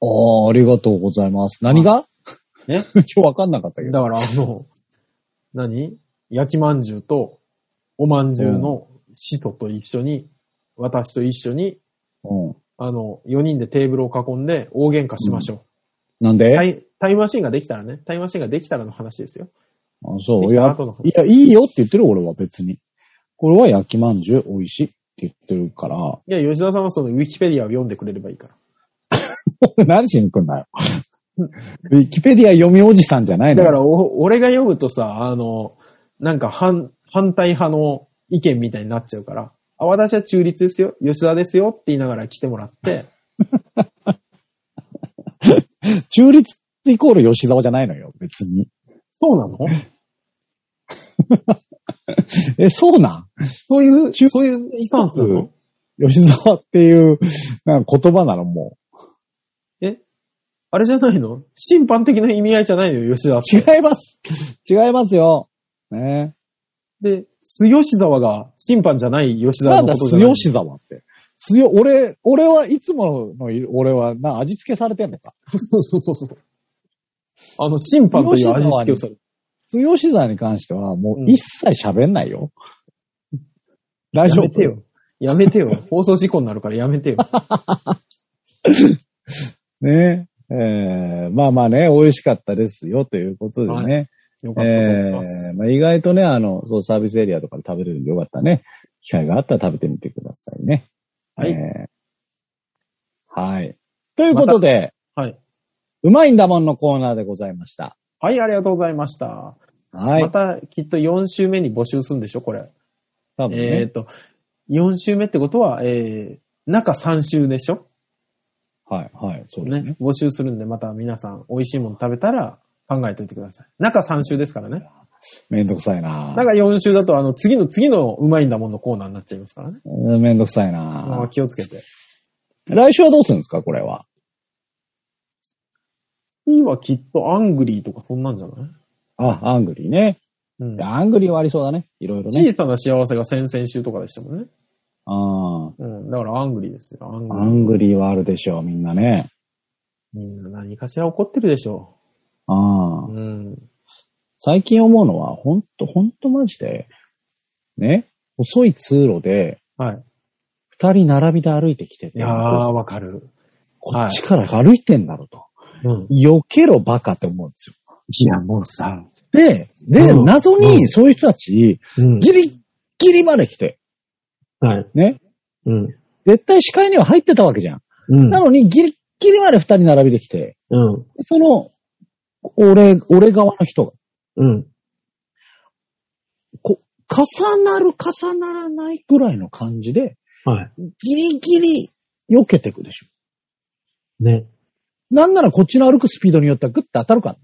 C: ああ、ありがとうございます。何が
B: う。ね。
C: 今日わかんなかったけ
B: だ
C: ど。
B: から、あの、何焼きまんじゅうと、おまんじゅうの使徒と一緒に、私と一緒に、
C: うん。
B: あの、4人でテーブルを囲んで大喧嘩しましょう。
C: なんで、
B: タイタイムマシンができたらね、タイムマシンができたらの話ですよ。
C: あそう。
B: してき
C: い
B: た
C: や、
B: 後の話
C: いや、いいよって言ってる俺は別に。これは焼きまんじゅう美味しいって言ってるから。
B: いや、吉田さんはそのウィキペディアを読んでくれればいいから。
C: 何しに来 んなよ。ウィキペディア読みおじさんじゃないの
B: だか
C: よ
B: らお、俺が読むとさ、あの、なんか反、反対派の意見みたいになっちゃうから、あ、私は中立ですよ、吉田ですよって言いながら来てもらって、
C: 中立イコール吉沢じゃないのよ、別に。
B: そうなの
C: え、そうなん
B: そういう、
C: 中
B: そういうスタンスなの
C: 吉沢っていうなんか言葉なのも
B: えあれじゃないの審判的な意味合いじゃないのよ、吉田っ
C: う。
B: て。
C: 違います。違いますよ。ね
B: で、素吉沢が審判じゃない吉沢
C: なん
B: の
C: だ、
B: ことじゃない
C: 強し沢って。強、俺、俺はいつものい、俺は、な、味付けされてんのか。
B: そうそうそうそう。あの、審判という味付けをされる。
C: 強し沢に関しては、も
B: う
C: うん一切喋んないよ。
B: や
C: 大丈夫
B: めてよ。やめてよ。放送事故になるからやめ てよ。
C: ねえーまあまあね、美味しかったですよ、ということでね。
B: よかったと思い
C: え
B: ます。
C: えまあ、意外とね、あの、そう、サービスエリアとかで食べれるんでよかったね。機会があったら食べてみてくださいね。
B: はい
C: えーはい。ということで、
B: はい。
C: うまいんだもんのコーナーでございました。
B: はい、ありがとうございました。
C: はい。
B: また、きっと4週目に募集するんでしょ、これ。
C: 多分
B: えっ、
C: ね。
B: と、4週目ってことは、えー、中3週でしょ
C: はい、はい、そうですね。
B: ね。募集するんで、また皆さん、美味しいもの食べたら考えておいてください。中3週ですからね。
C: めんどくさいな
B: だから4週だと、あの、次の次のうまいんだもんのコーナーになっちゃいますからね。
C: うんめんどくさい
B: まあ
C: な
B: 気をつけて。
C: 来週はどうするんですか、これは。
B: いいはきっとアングリーとかそんなんじゃない
C: あ、アングリーね。
B: うん。
C: アングリーはありそうだね。いろいろね。
B: 小さな幸せが先々週とかでしたもんね。
C: あ
B: うん。だからアングリーですよ。アン
C: あ。
B: グ
C: ア
B: リー。
C: ングリーはあるでしょう、みんなね。
B: みんな何かしら怒ってるでしょ
C: ああ
B: う。。うん。
C: 最近思うのは、ほんと、ほんとマジで、ね、細い通路で、
B: はい。
C: 二人並びで歩いてきて
B: い
C: て、
B: やー、わかる。
C: こっちから歩いてんだろうと。
B: うん。
C: 避けろバカって思うんですよ。
B: いや、もうさ、
C: で、で、
B: うん
C: 謎にそういう人たち、
B: うん。
C: ギリギリまで来て、
B: はい。
C: ね、
B: うん。
C: 絶対視界には入ってたわけじゃん。
B: うん
C: な。のに、ギリギリまで二人並びで来て、
B: うん。
C: その、俺、俺側の人が、
B: うん。
C: こ重なる、重ならないぐらいの感じで、
B: はい。
C: ギリギリ避けていくでしょ。
B: ね。
C: なんならこっちの歩くスピードによってはグッて当たるからね。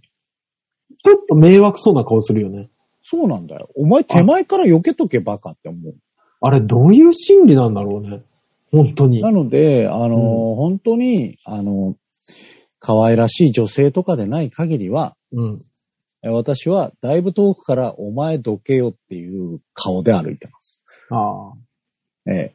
B: ちょっと迷惑そうな顔するよね。
C: そうなんだよ。お前手前から避けとけバカって思う。
B: あれ、どういう心理なんだろうね。本当に
C: な。ので、あのー、
B: う
C: 本当に、あのー、可愛らしい女性とかでない限りは、
B: うん。
C: え私はだいぶ遠くからお前どけよっていう顔で歩いてます。
B: ああ、
C: ええ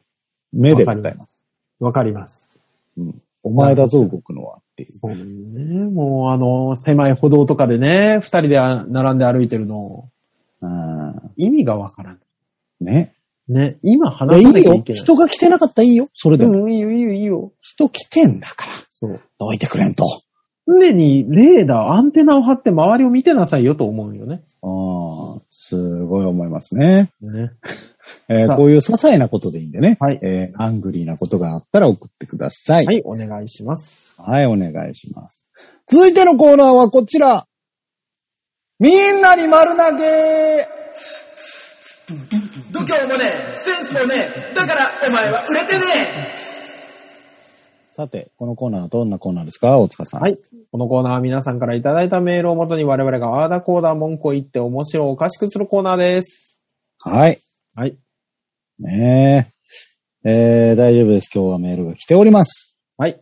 C: 目で
B: わか
C: 見
B: り
C: てます。
B: わかります。
C: うんお前だぞ、動くのはっていう。
B: そうね。もう、あの、狭い歩道とかでね、二人であ並んで歩いてるの、
C: うん
B: 意味がわからん。
C: ね。
B: ね、今
C: いや
B: 話
C: い
B: さないきゃい
C: よ。
B: けない。
C: 人が来てなかったらいいよ。それでも。
B: うん、いいよ、いいよ、いいよ。
C: 人来てんだから。
B: そう。
C: どいてくれんと。
B: 常にレーダー、アンテナを張って周りを見てなさいよと思うよね。
C: ああ、すごい思いますね。
B: ね。
C: えー
B: さあ
C: こういう些細なことでいいんでね。
B: はい
C: えーアングリーなことがあったら送ってください。
B: はい、お願いします。
C: はい、お願いします。続いてのコーナーはこちら。みんなに丸投げ
A: 度胸もねえセンスもねえだからお前は売れてね
C: さて、このコーナーはどんなコーナーですか大塚さん。
B: は。い。このコーナーは皆さんからいただいたメールをもとに我々があーだこーだ文句を言って面白おかしくするコーナーです。
C: はい。
B: はい。
C: ねえ。えー、大丈夫です。今日はメールが来ております。
B: はい。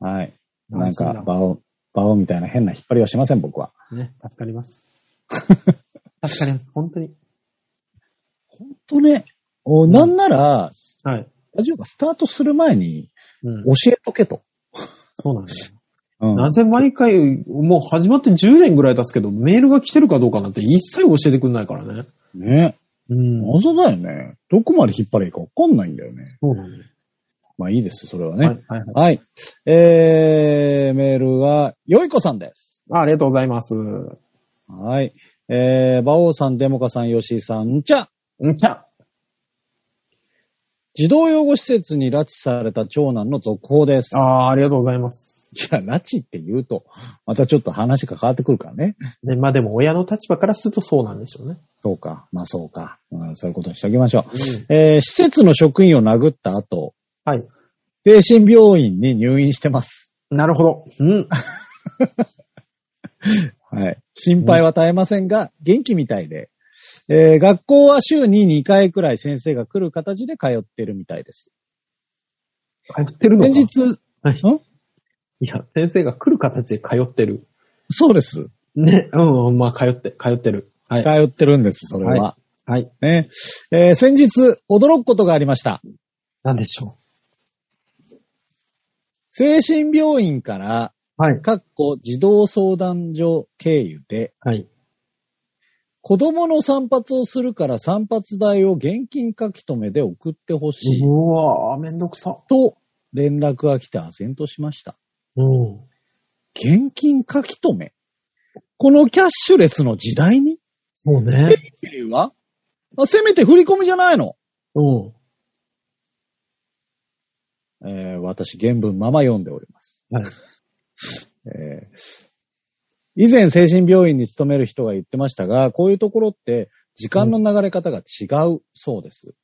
C: はい。なん
B: 安心
C: か
B: だ、
C: バオ、バオみたいな変な引っ張りはしません、僕は。
B: ね、助かります。 助かります。本当に。
C: ほんとね。おなんなら、
B: はい。
C: ラジオがスタートする前に
B: うん。
C: 教えとけと。
B: そうなんだよ。
C: うん
B: なぜ毎回、もう始まって10年ぐらい経つけど、メールが来てるかどうかなんて一切教えてくんないからね。
C: ね
B: うん。
C: 謎だよね。どこまで引っ張ればいいかわかんないんだよね。
B: そうなんだよ。
C: まあいいです、それは
B: はい
C: ね。、
B: はい、はい。
C: はい。えー、メールは、よいこさんです。
B: あありがとうございます。
C: はい。えー、馬王さん、デモカさん、ヨシーさん、じゃあ
B: んちゃ
C: 児童養護施設に拉致された長男の続報です。
B: ああ、ありがとうございます。
C: いや、拉致って言うと、またちょっと話が変わってくるからね。
B: ね、まあでも親の立場からするとそうなんでしょうね。
C: そうか。まあそうか。うん、そういうことにしておきましょう。えー、施設の職員を殴った後、
B: はい。
C: 精神病院に入院してます。
B: なるほど。うん。
C: はい。心配は絶えませんが、元気みたいで。えー学校は週に2回くらい先生が来る形で通ってるみたいです。
B: 通ってるのか
C: 先日、
B: はい
C: ん
B: いや、先生が来る形で通ってる。
C: そうです。
B: ね、うん、うん、まあ通って、通ってる。はい。
C: 通ってるんです、それは。
B: ははい。
C: ねえー先日、驚くことがありました。
B: なんでしょ
C: 精神病院から、
B: う。はい。
C: かっこ児童相談所経由で、
B: はい。
C: 子供の散髪をするから散髪代を現金書き留めで送ってほしい。
B: うわぁ、めんどくさ。
C: と、連絡が来て唖然としました。
B: うん。
C: 現金書き留めこのキャッシュレスの時代に
B: そう
C: ペ
B: ね。
C: イペイはあせめて振り込みじゃないの
B: うん。
C: えー私原文まま読んでおります。
B: はい。
C: えー以前精神病院に勤める人が言ってましたが、こういうところって時間の流れ方が違うそうです。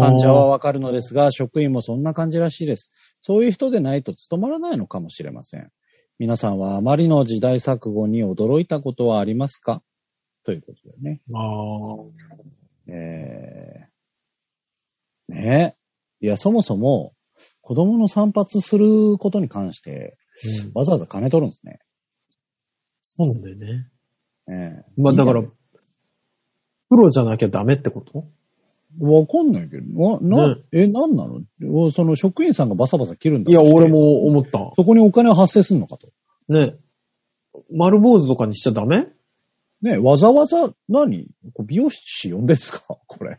C: 患
B: 患
C: 者はわかるのですが、職員もそんな感じらしいです。そういう人でないと務まらないのかもしれません。皆さんはあまりの時代錯誤に驚いたことはありますかということだよね。
B: あー
C: えー、ねえ。いや、そもそも、子供の散髪することに関して、
B: うん。
C: わざわざ金取るんですね。
B: そうなんだよね。
C: ええ
B: まあだから、
C: いい
B: プロじゃなきゃダメってこと
C: わかんないけど、な、な、
B: ね
C: え、なんなのおその職員さんがバサバサ切るんだ
B: いや、
C: として
B: 俺。も思った。
C: そこにお金を発生するのかと。
B: ね。丸坊主とかにしちゃダメ
C: ね、わざわざ何、こう美容師呼んでんすか これ。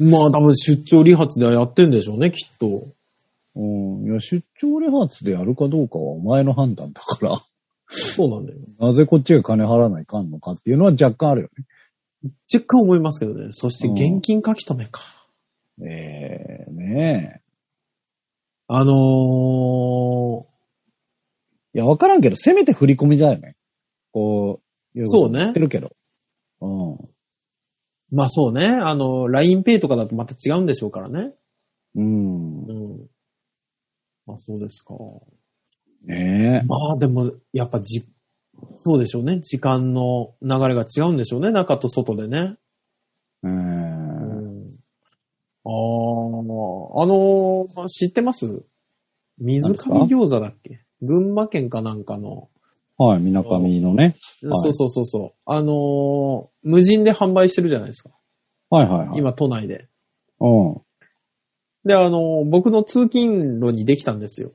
B: まあ多分出張理髪でやってんでしょうね、きっと。
C: うん。いや、出張レハーツでやるかどうかはお前の判断だから、
B: そうなんだよ。
C: なぜこっちが金払わないかんのかっていうのは若干あるよ
B: 若干思いますけどね。そして
C: うん
B: 現金書き留めか。
C: ね。ええね
B: あのー、
C: え。いや、わからんけど、せめて振り込みだよね。こう、
B: そうね
C: 言ってるけど。うん。
B: まあそうね。あの、LINEPay とかだとまた違うんでしょうからね。
C: うん
B: う。ん。まあそうですか。
C: ねえ。
B: まあでも、やっぱじ、そうでしょうね。時間の流れが違うんでしょうね。中と外でね。う
C: う。
B: んん。ああ、あのー知ってます水上餃子だっけ群馬県かなんかの。
C: はい、みなかみのね。はい
B: そうそうそうそう。あのー無人で販売してるじゃないですか。
C: はいはいはい。
B: 今都内で。
C: うん。
B: で、あのー僕の通勤路にできたんですよ。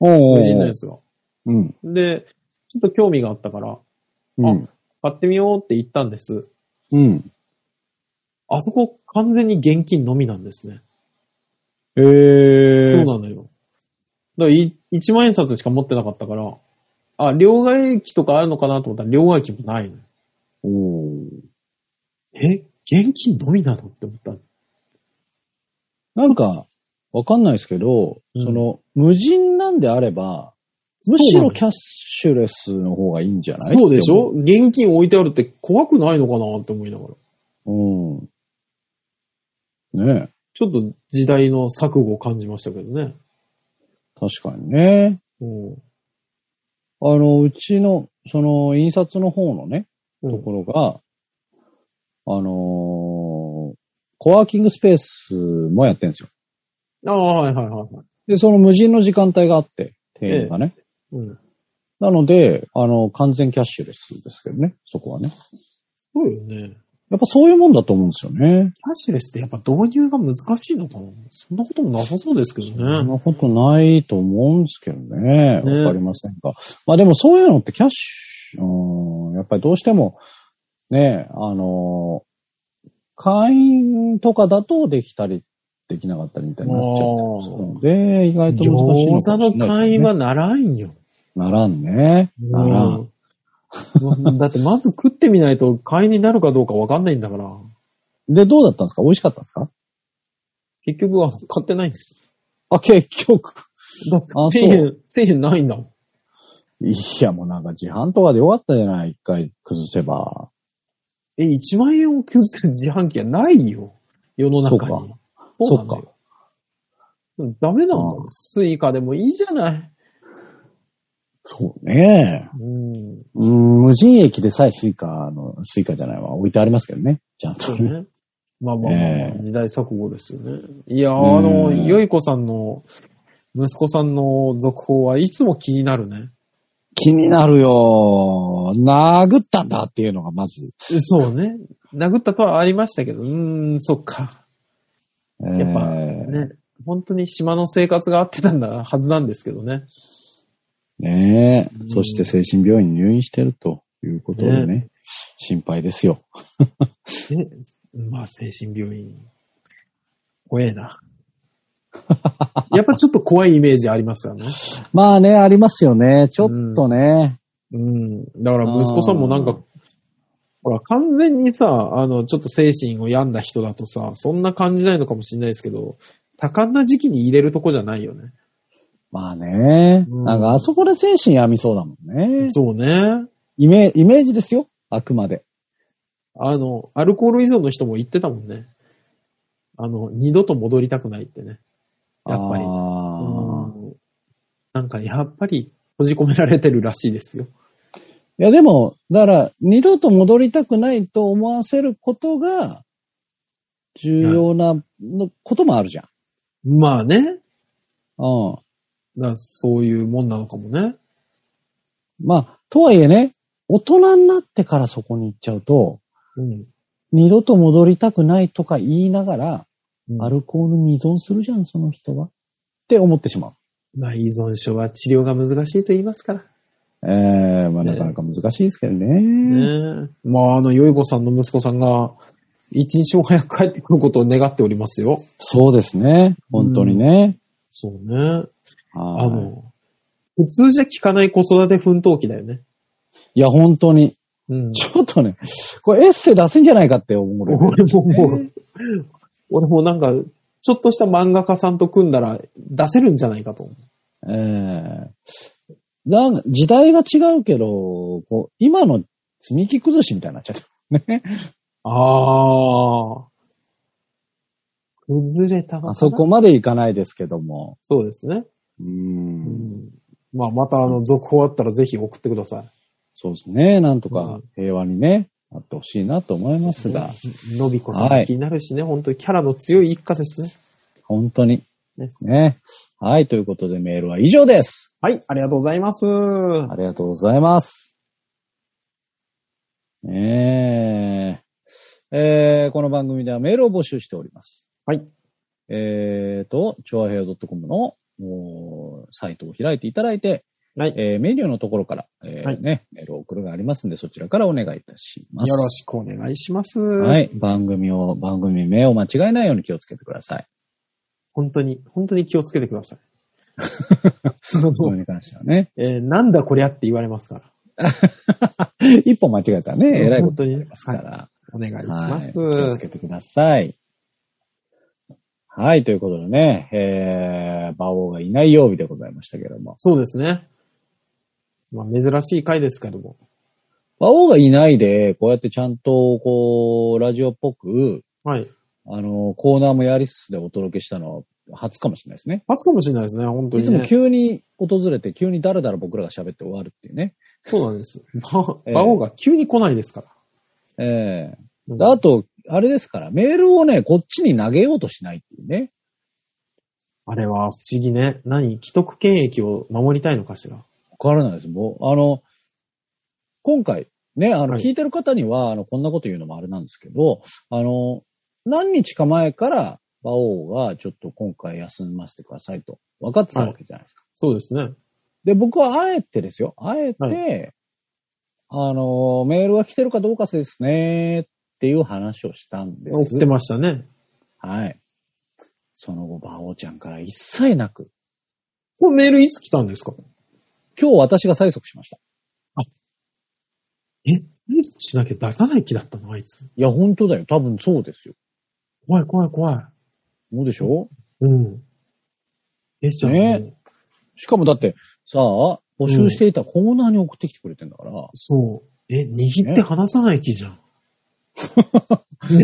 C: お
B: 無人のやつが。
C: うん。
B: で、ちょっと興味があったから、
C: うん。
B: 買ってみようって言ったんです。
C: うん。
B: あそこ完全に現金のみなんですね。
C: えー。
B: そうなのよ。だからい、1万円札しか持ってなかったから、あ、両替機とかあるのかなと思ったら両替機もないのよ。
C: おー
B: え、現金のみなのって思ったの。
C: なんか、わかんないですけど、
B: うん
C: その、無人なんであれば、むしろキャッシュレスの方がいいんじゃない
B: そうでしょ現金置いてあるって怖くないのかなって思いながら。
C: うん。ねえ
B: ちょっと時代の錯誤を感じましたけどね。
C: 確かにね。
B: うん。
C: あの、うちの、その、印刷の方のね、
B: う
C: と
B: ん
C: ころが、あのーコワーキングスペースもやってるんですよ。
B: ああ、はいはいはいはい。
C: で、その無人の時間帯があって、店員がね。
B: うん。
C: なので、あの、完全キャッシュレスですけどね、そこはね。
B: そうよね。
C: やっぱそういうもんだと思うんですよね。
B: キャッシュレスってやっぱ導入が難しいのかなそんなこともなさそうですけど
C: そん
B: ね。
C: なことないと思うんですけどね。
B: ね
C: わかりませんが。まあでもそういうのってキャッシュ、うーん、やっぱりどうしても、ね、あの、会員とかだとできたり、できなかったりみたいになっちゃうので、意外
B: 餃
C: と難しいのか
B: 子
C: もしれないですね、
B: の会員はならんよ。
C: ならんね。ならん。
B: うんだってまず食ってみないと会員になるかどうかわかんないんだから。
C: で、どうだったんですか美味しかったんですか
B: 結局は買ってないんです。
C: あ、結局。
B: だって
C: あ
B: 1000円、1000円ないんだもん。
C: いや、もうなんか自販とかでよかったじゃない一回崩せば。
B: え、1万円を削ってる自販機はないよ。世の中に。
C: そうか
B: なのようんダメなんだ
C: あ
B: よ。スイカでもいいじゃない。
C: そうね。
B: うん。
C: うーん、無人駅でさえスイカの、スイカじゃないわ、置いてありますけどね。ちゃん
B: そ
C: と
B: う
C: ね。
B: ね。まあまあまあまあ
C: え、え
B: 時代錯誤ですよね。いやー、
C: うん
B: あの、よいこさんの息子さんの続報はいつも気になるね。
C: 気になるよー殴ったんだっていうのがまず。
B: そうね。殴ったとはありましたけど、うーん、そっか。
C: や
B: やっぱね、本当に島の生活が合ってたんだはずなんですけどね。
C: ねえ
B: う。ん
C: そして精神病院に入院してるということでね、心配ですよ。
B: ねまあ、精神病院。怖え な。やっぱちょっと怖いイメージありますよね。
C: まあね、ありますよね。ちょっとね。
B: うん。だから息子さんもなんか、ほら、完全にさ、あの、ちょっと精神を病んだ人だとさ、そんな感じないのかもしれないですけど、多感な時期に入れるとこじゃないよね。
C: まあね。
B: うん
C: なんかあそこで精神病みそうだもんね。
B: そうね。
C: イメイメージですよ。あくまで。
B: あの、アルコール依存の人も言ってたもんね。あの、二度と戻りたくないってね。やっぱり
C: あ。ー
B: うんなんか、やっぱり閉じ込められてるらしいですよ。
C: いや、でも、だから、二度と戻りたくないと思わせることが、重要なのこともあるじゃん。
B: まあね。
C: う
B: だからそういうもんなのかもね。
C: ん。まあ、とはいえね、大人になってからそこに行っちゃうと、
B: うん。
C: 二度と戻りたくないとか言いながら、
B: うん
C: アルコールに依存するじゃん、その人は。って思ってしまう。
B: まあ、依存症は治療が難しいと言いますから。
C: ええまあ、
B: ね
C: なかなか難しいですけどね。
B: ねえ。まあ、あの、よいこさんの息子さんが、一日も早く帰ってくることを願っておりますよ。
C: そうですね。本当にね。
B: そうね。あ
C: はい
B: の、普通じゃ聞かない子育て奮闘記だよね。
C: いや、本当に。
B: うん。
C: ちょっとね、これエッセイ出せんじゃないかって思うよね。
B: 俺ももう、俺もなんか、ちょっとした漫画家さんと組んだら出せるんじゃないかと思う。
C: ええなんか時代が違うけど、こう、今の積み木崩しみたいになっちゃった。ね。
B: ああ。崩れたのかな
C: あそこまでいかないですけども。
B: そうですね。う
C: う。
B: んん。まあ、またあの、続報あったらぜひ送ってください。
C: そうですね。なんと
B: う
C: か
B: ん
C: 平和にね、なってほしいなと思いますが、
B: のびこさん
C: は
B: も
C: い
B: 気になるしね、本当にキャラの強い一家ですね。
C: 本当に。
B: ね
C: ね。はい。ということでメールは以上です。
B: はい、ありがとうございます。
C: ありがとうございます。ねええーこの番組ではメールを募集しております。
B: はい。
C: えーと、調和平和 .com のおーサイトを開いていただいて、
B: はい。よ
C: えーメニューのところから、えー
B: はい
C: ね、メールを送るがありますんで、そちらからお願いいたします。
B: ろしくお願いします。。
C: はいい。番組を、番組名を間違えないように気をつけてく ださい。
B: 本当に、本当に気をつけてください。あの
C: これに関してはね。
B: えーなんだこりゃって言われますから。
C: 一歩間違えたらね、えらいことになりますから。
B: お願いし
C: は
B: ま
C: い
B: す。
C: 気をつけてください。はい。ということでね、えー、馬王がいない曜日でございましたけども。
B: そうですね。まあ、珍しい回ですけども。
C: 馬王がいないで、こうやってちゃんと、こう、ラジオっぽく、
B: はい。
C: あの、コーナーもやりつつでお届けしたのは初かもしれないですね。
B: 初かもしれないですね、本当
C: い
B: に、
C: つ
B: ね。
C: も急に訪れて、急にだらだら僕らが喋って終わるっていうね。
B: そうなんです。ま
C: え
B: あ、
C: ー
B: 馬王が急に来ないですから。
C: え
B: う
C: え
B: ん
C: あと、あれですから、メールをね、こっちに投げようとしないっていうね。
B: あれは不思議ね。何既得権益を守りたいのかしら。
C: わからないです。もう、あの、今回、ね、あの、
B: はい
C: 聞いてる方には、あの、こんなこと言うのもあれなんですけど、あの、何日か前から、馬王が、ちょっと今回休ませてくださいと、分かってたわけじゃないですか。
B: そうですね。
C: で、僕はあえてですよ。あえて、
B: は
C: あの、メールが来てるかどうかですね、っていう話をしたんです。
B: 送ってましたね。
C: はい。その後、馬王ちゃんから一切なく、
B: これメールいつ来たんですか
C: 今日私が催促しました。
B: えリスクしなきゃ出さない気だったのあいつ。
C: いや、本当だよ。多分そうですよ。
B: 怖い怖い怖い。
C: そうでしょ
B: うん。え、じゃあ、
C: ねしかもだって、さあ、募集していたコーナーに送ってきてくれてんだから、
B: そう。え、握って離さない気じゃん。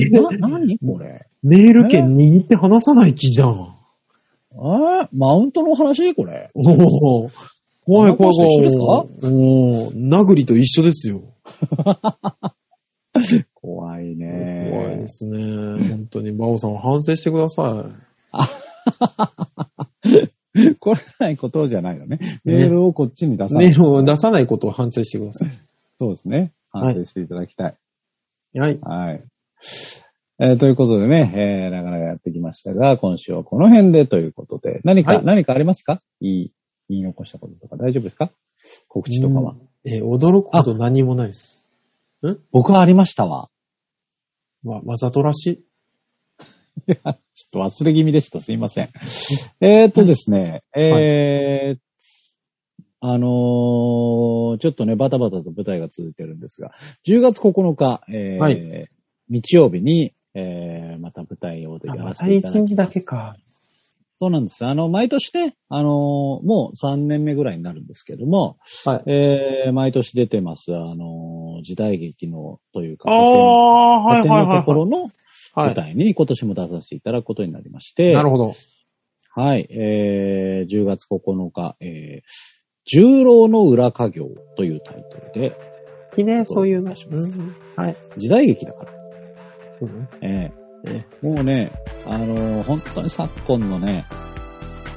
C: な、何これ
B: メール券握って離さない気じゃん。
C: あマウントの話これ。
B: おお。怖い怖い怖い。
C: 私と一緒です
B: お
C: か
B: お、殴りと一緒ですよ。
C: 怖い
B: 怖い
C: ね
B: で。すね。本当に、馬王さんは反省してくださ
C: 来れない ことじゃないよね。メールをこっちに出
B: い。
C: さない。
B: メールを出さないことを反省してくださ
C: そうですね。
B: は
C: 反
B: い
C: 省していただきたい。
B: い。はい。
C: はい。えーということでね、えー、なかなかやってきましたが、今週はこの辺でということで、何か、
B: はい
C: 何かありますか言い、言い残したこととか大丈夫ですか告知とかは。
B: うん。えー驚くこと何もないです。
C: 僕はありましたわ。
B: わ、わざとらしい。
C: いやちょっと忘れ気味でした。すい ません。えーっとですね、えー、あのーちょっとね、バタバタと舞台が続いてるんですが、10月9日、えー
B: は
C: 日曜日に、えー、また舞台をやらせていただきます。
B: か。
C: そうなんです。あの、毎年ね、あのーもう3年目ぐらいになるんですけども、
B: はい。
C: えー、毎年出てます、あのー時代劇の、というか、
B: ああ、はいはい
C: 古典
B: はい
C: の
B: は
C: ところ
B: い。
C: の
B: は
C: 舞
B: い。
C: 台に今年も出させていただくことになりまして、
B: なるほど。
C: はい、えー、10月9日、えー、十郎の裏家業というタイトルで、
B: いいね、そういうの。
C: そうです
B: うんはい。
C: 時代劇だから、
B: そうね
C: えー
B: え
C: もうね、あのー本当に昨今のね、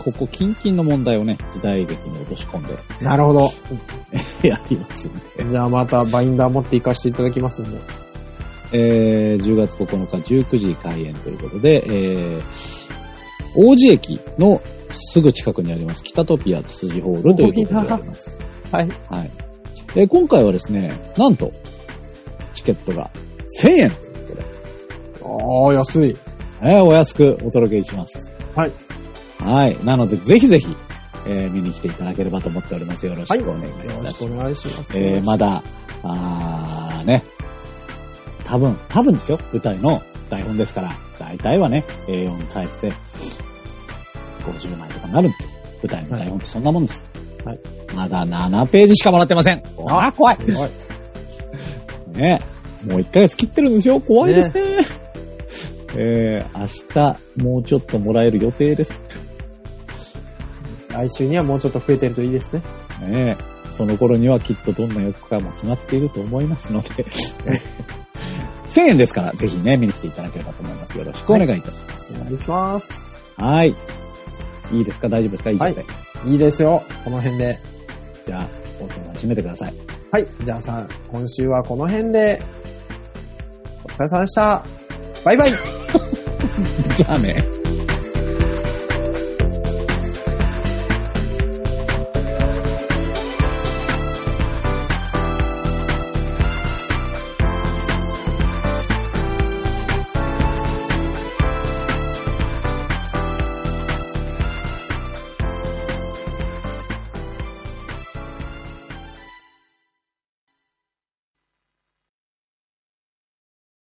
C: ここ、近々の問題をね、時代劇に落とし込んで
B: なるほど。
C: やりますんで、
B: じゃあまたバインダー持って行かせていただきますんで。
C: えー、10月9日19時開演ということで、えー、王子駅のすぐ近くにあります、北トピア辻ホールというところであります。
B: はい。
C: はい。えー今回はですね、なんと、チケットが1000円、
B: ああ、安い。
C: えーお安くお届けします。
B: はい。
C: はい。なので、ぜひぜひ、えー見に来ていただければと思っております。よろしくお願いい
B: よろし
C: た
B: く
C: し
B: お
C: ます。
B: 願いします。
C: えーまだ、あーね、多分、多分ですよ、舞台の台本ですから、大体はね、A4 サイズで、50枚とかになるんですよ。舞台の台本ってそんなもんです。
B: はい
C: まだ7ページしかもらってません。あー、怖い。
B: はい
C: ねもう1ヶ月切ってるんですよ。怖いですね。えー、明日、もうちょっともらえる予定です。
B: 来週にはもうちょっと増えてるといいですね。
C: ねその頃にはきっとどんな役かも決まっていると思いますので、1000円ですから、ぜひね、見に来ていただければと思います。よろしくお願いいたします。
B: お
C: は
B: 願いします。
C: い。いいですか大丈夫ですか以上で。
B: いいですよ。この辺で。
C: じゃあ、放送を締めてください。
B: はい。じゃあさ、今週はこの辺で、お疲れ様でした。バイバイ。
C: じゃあね。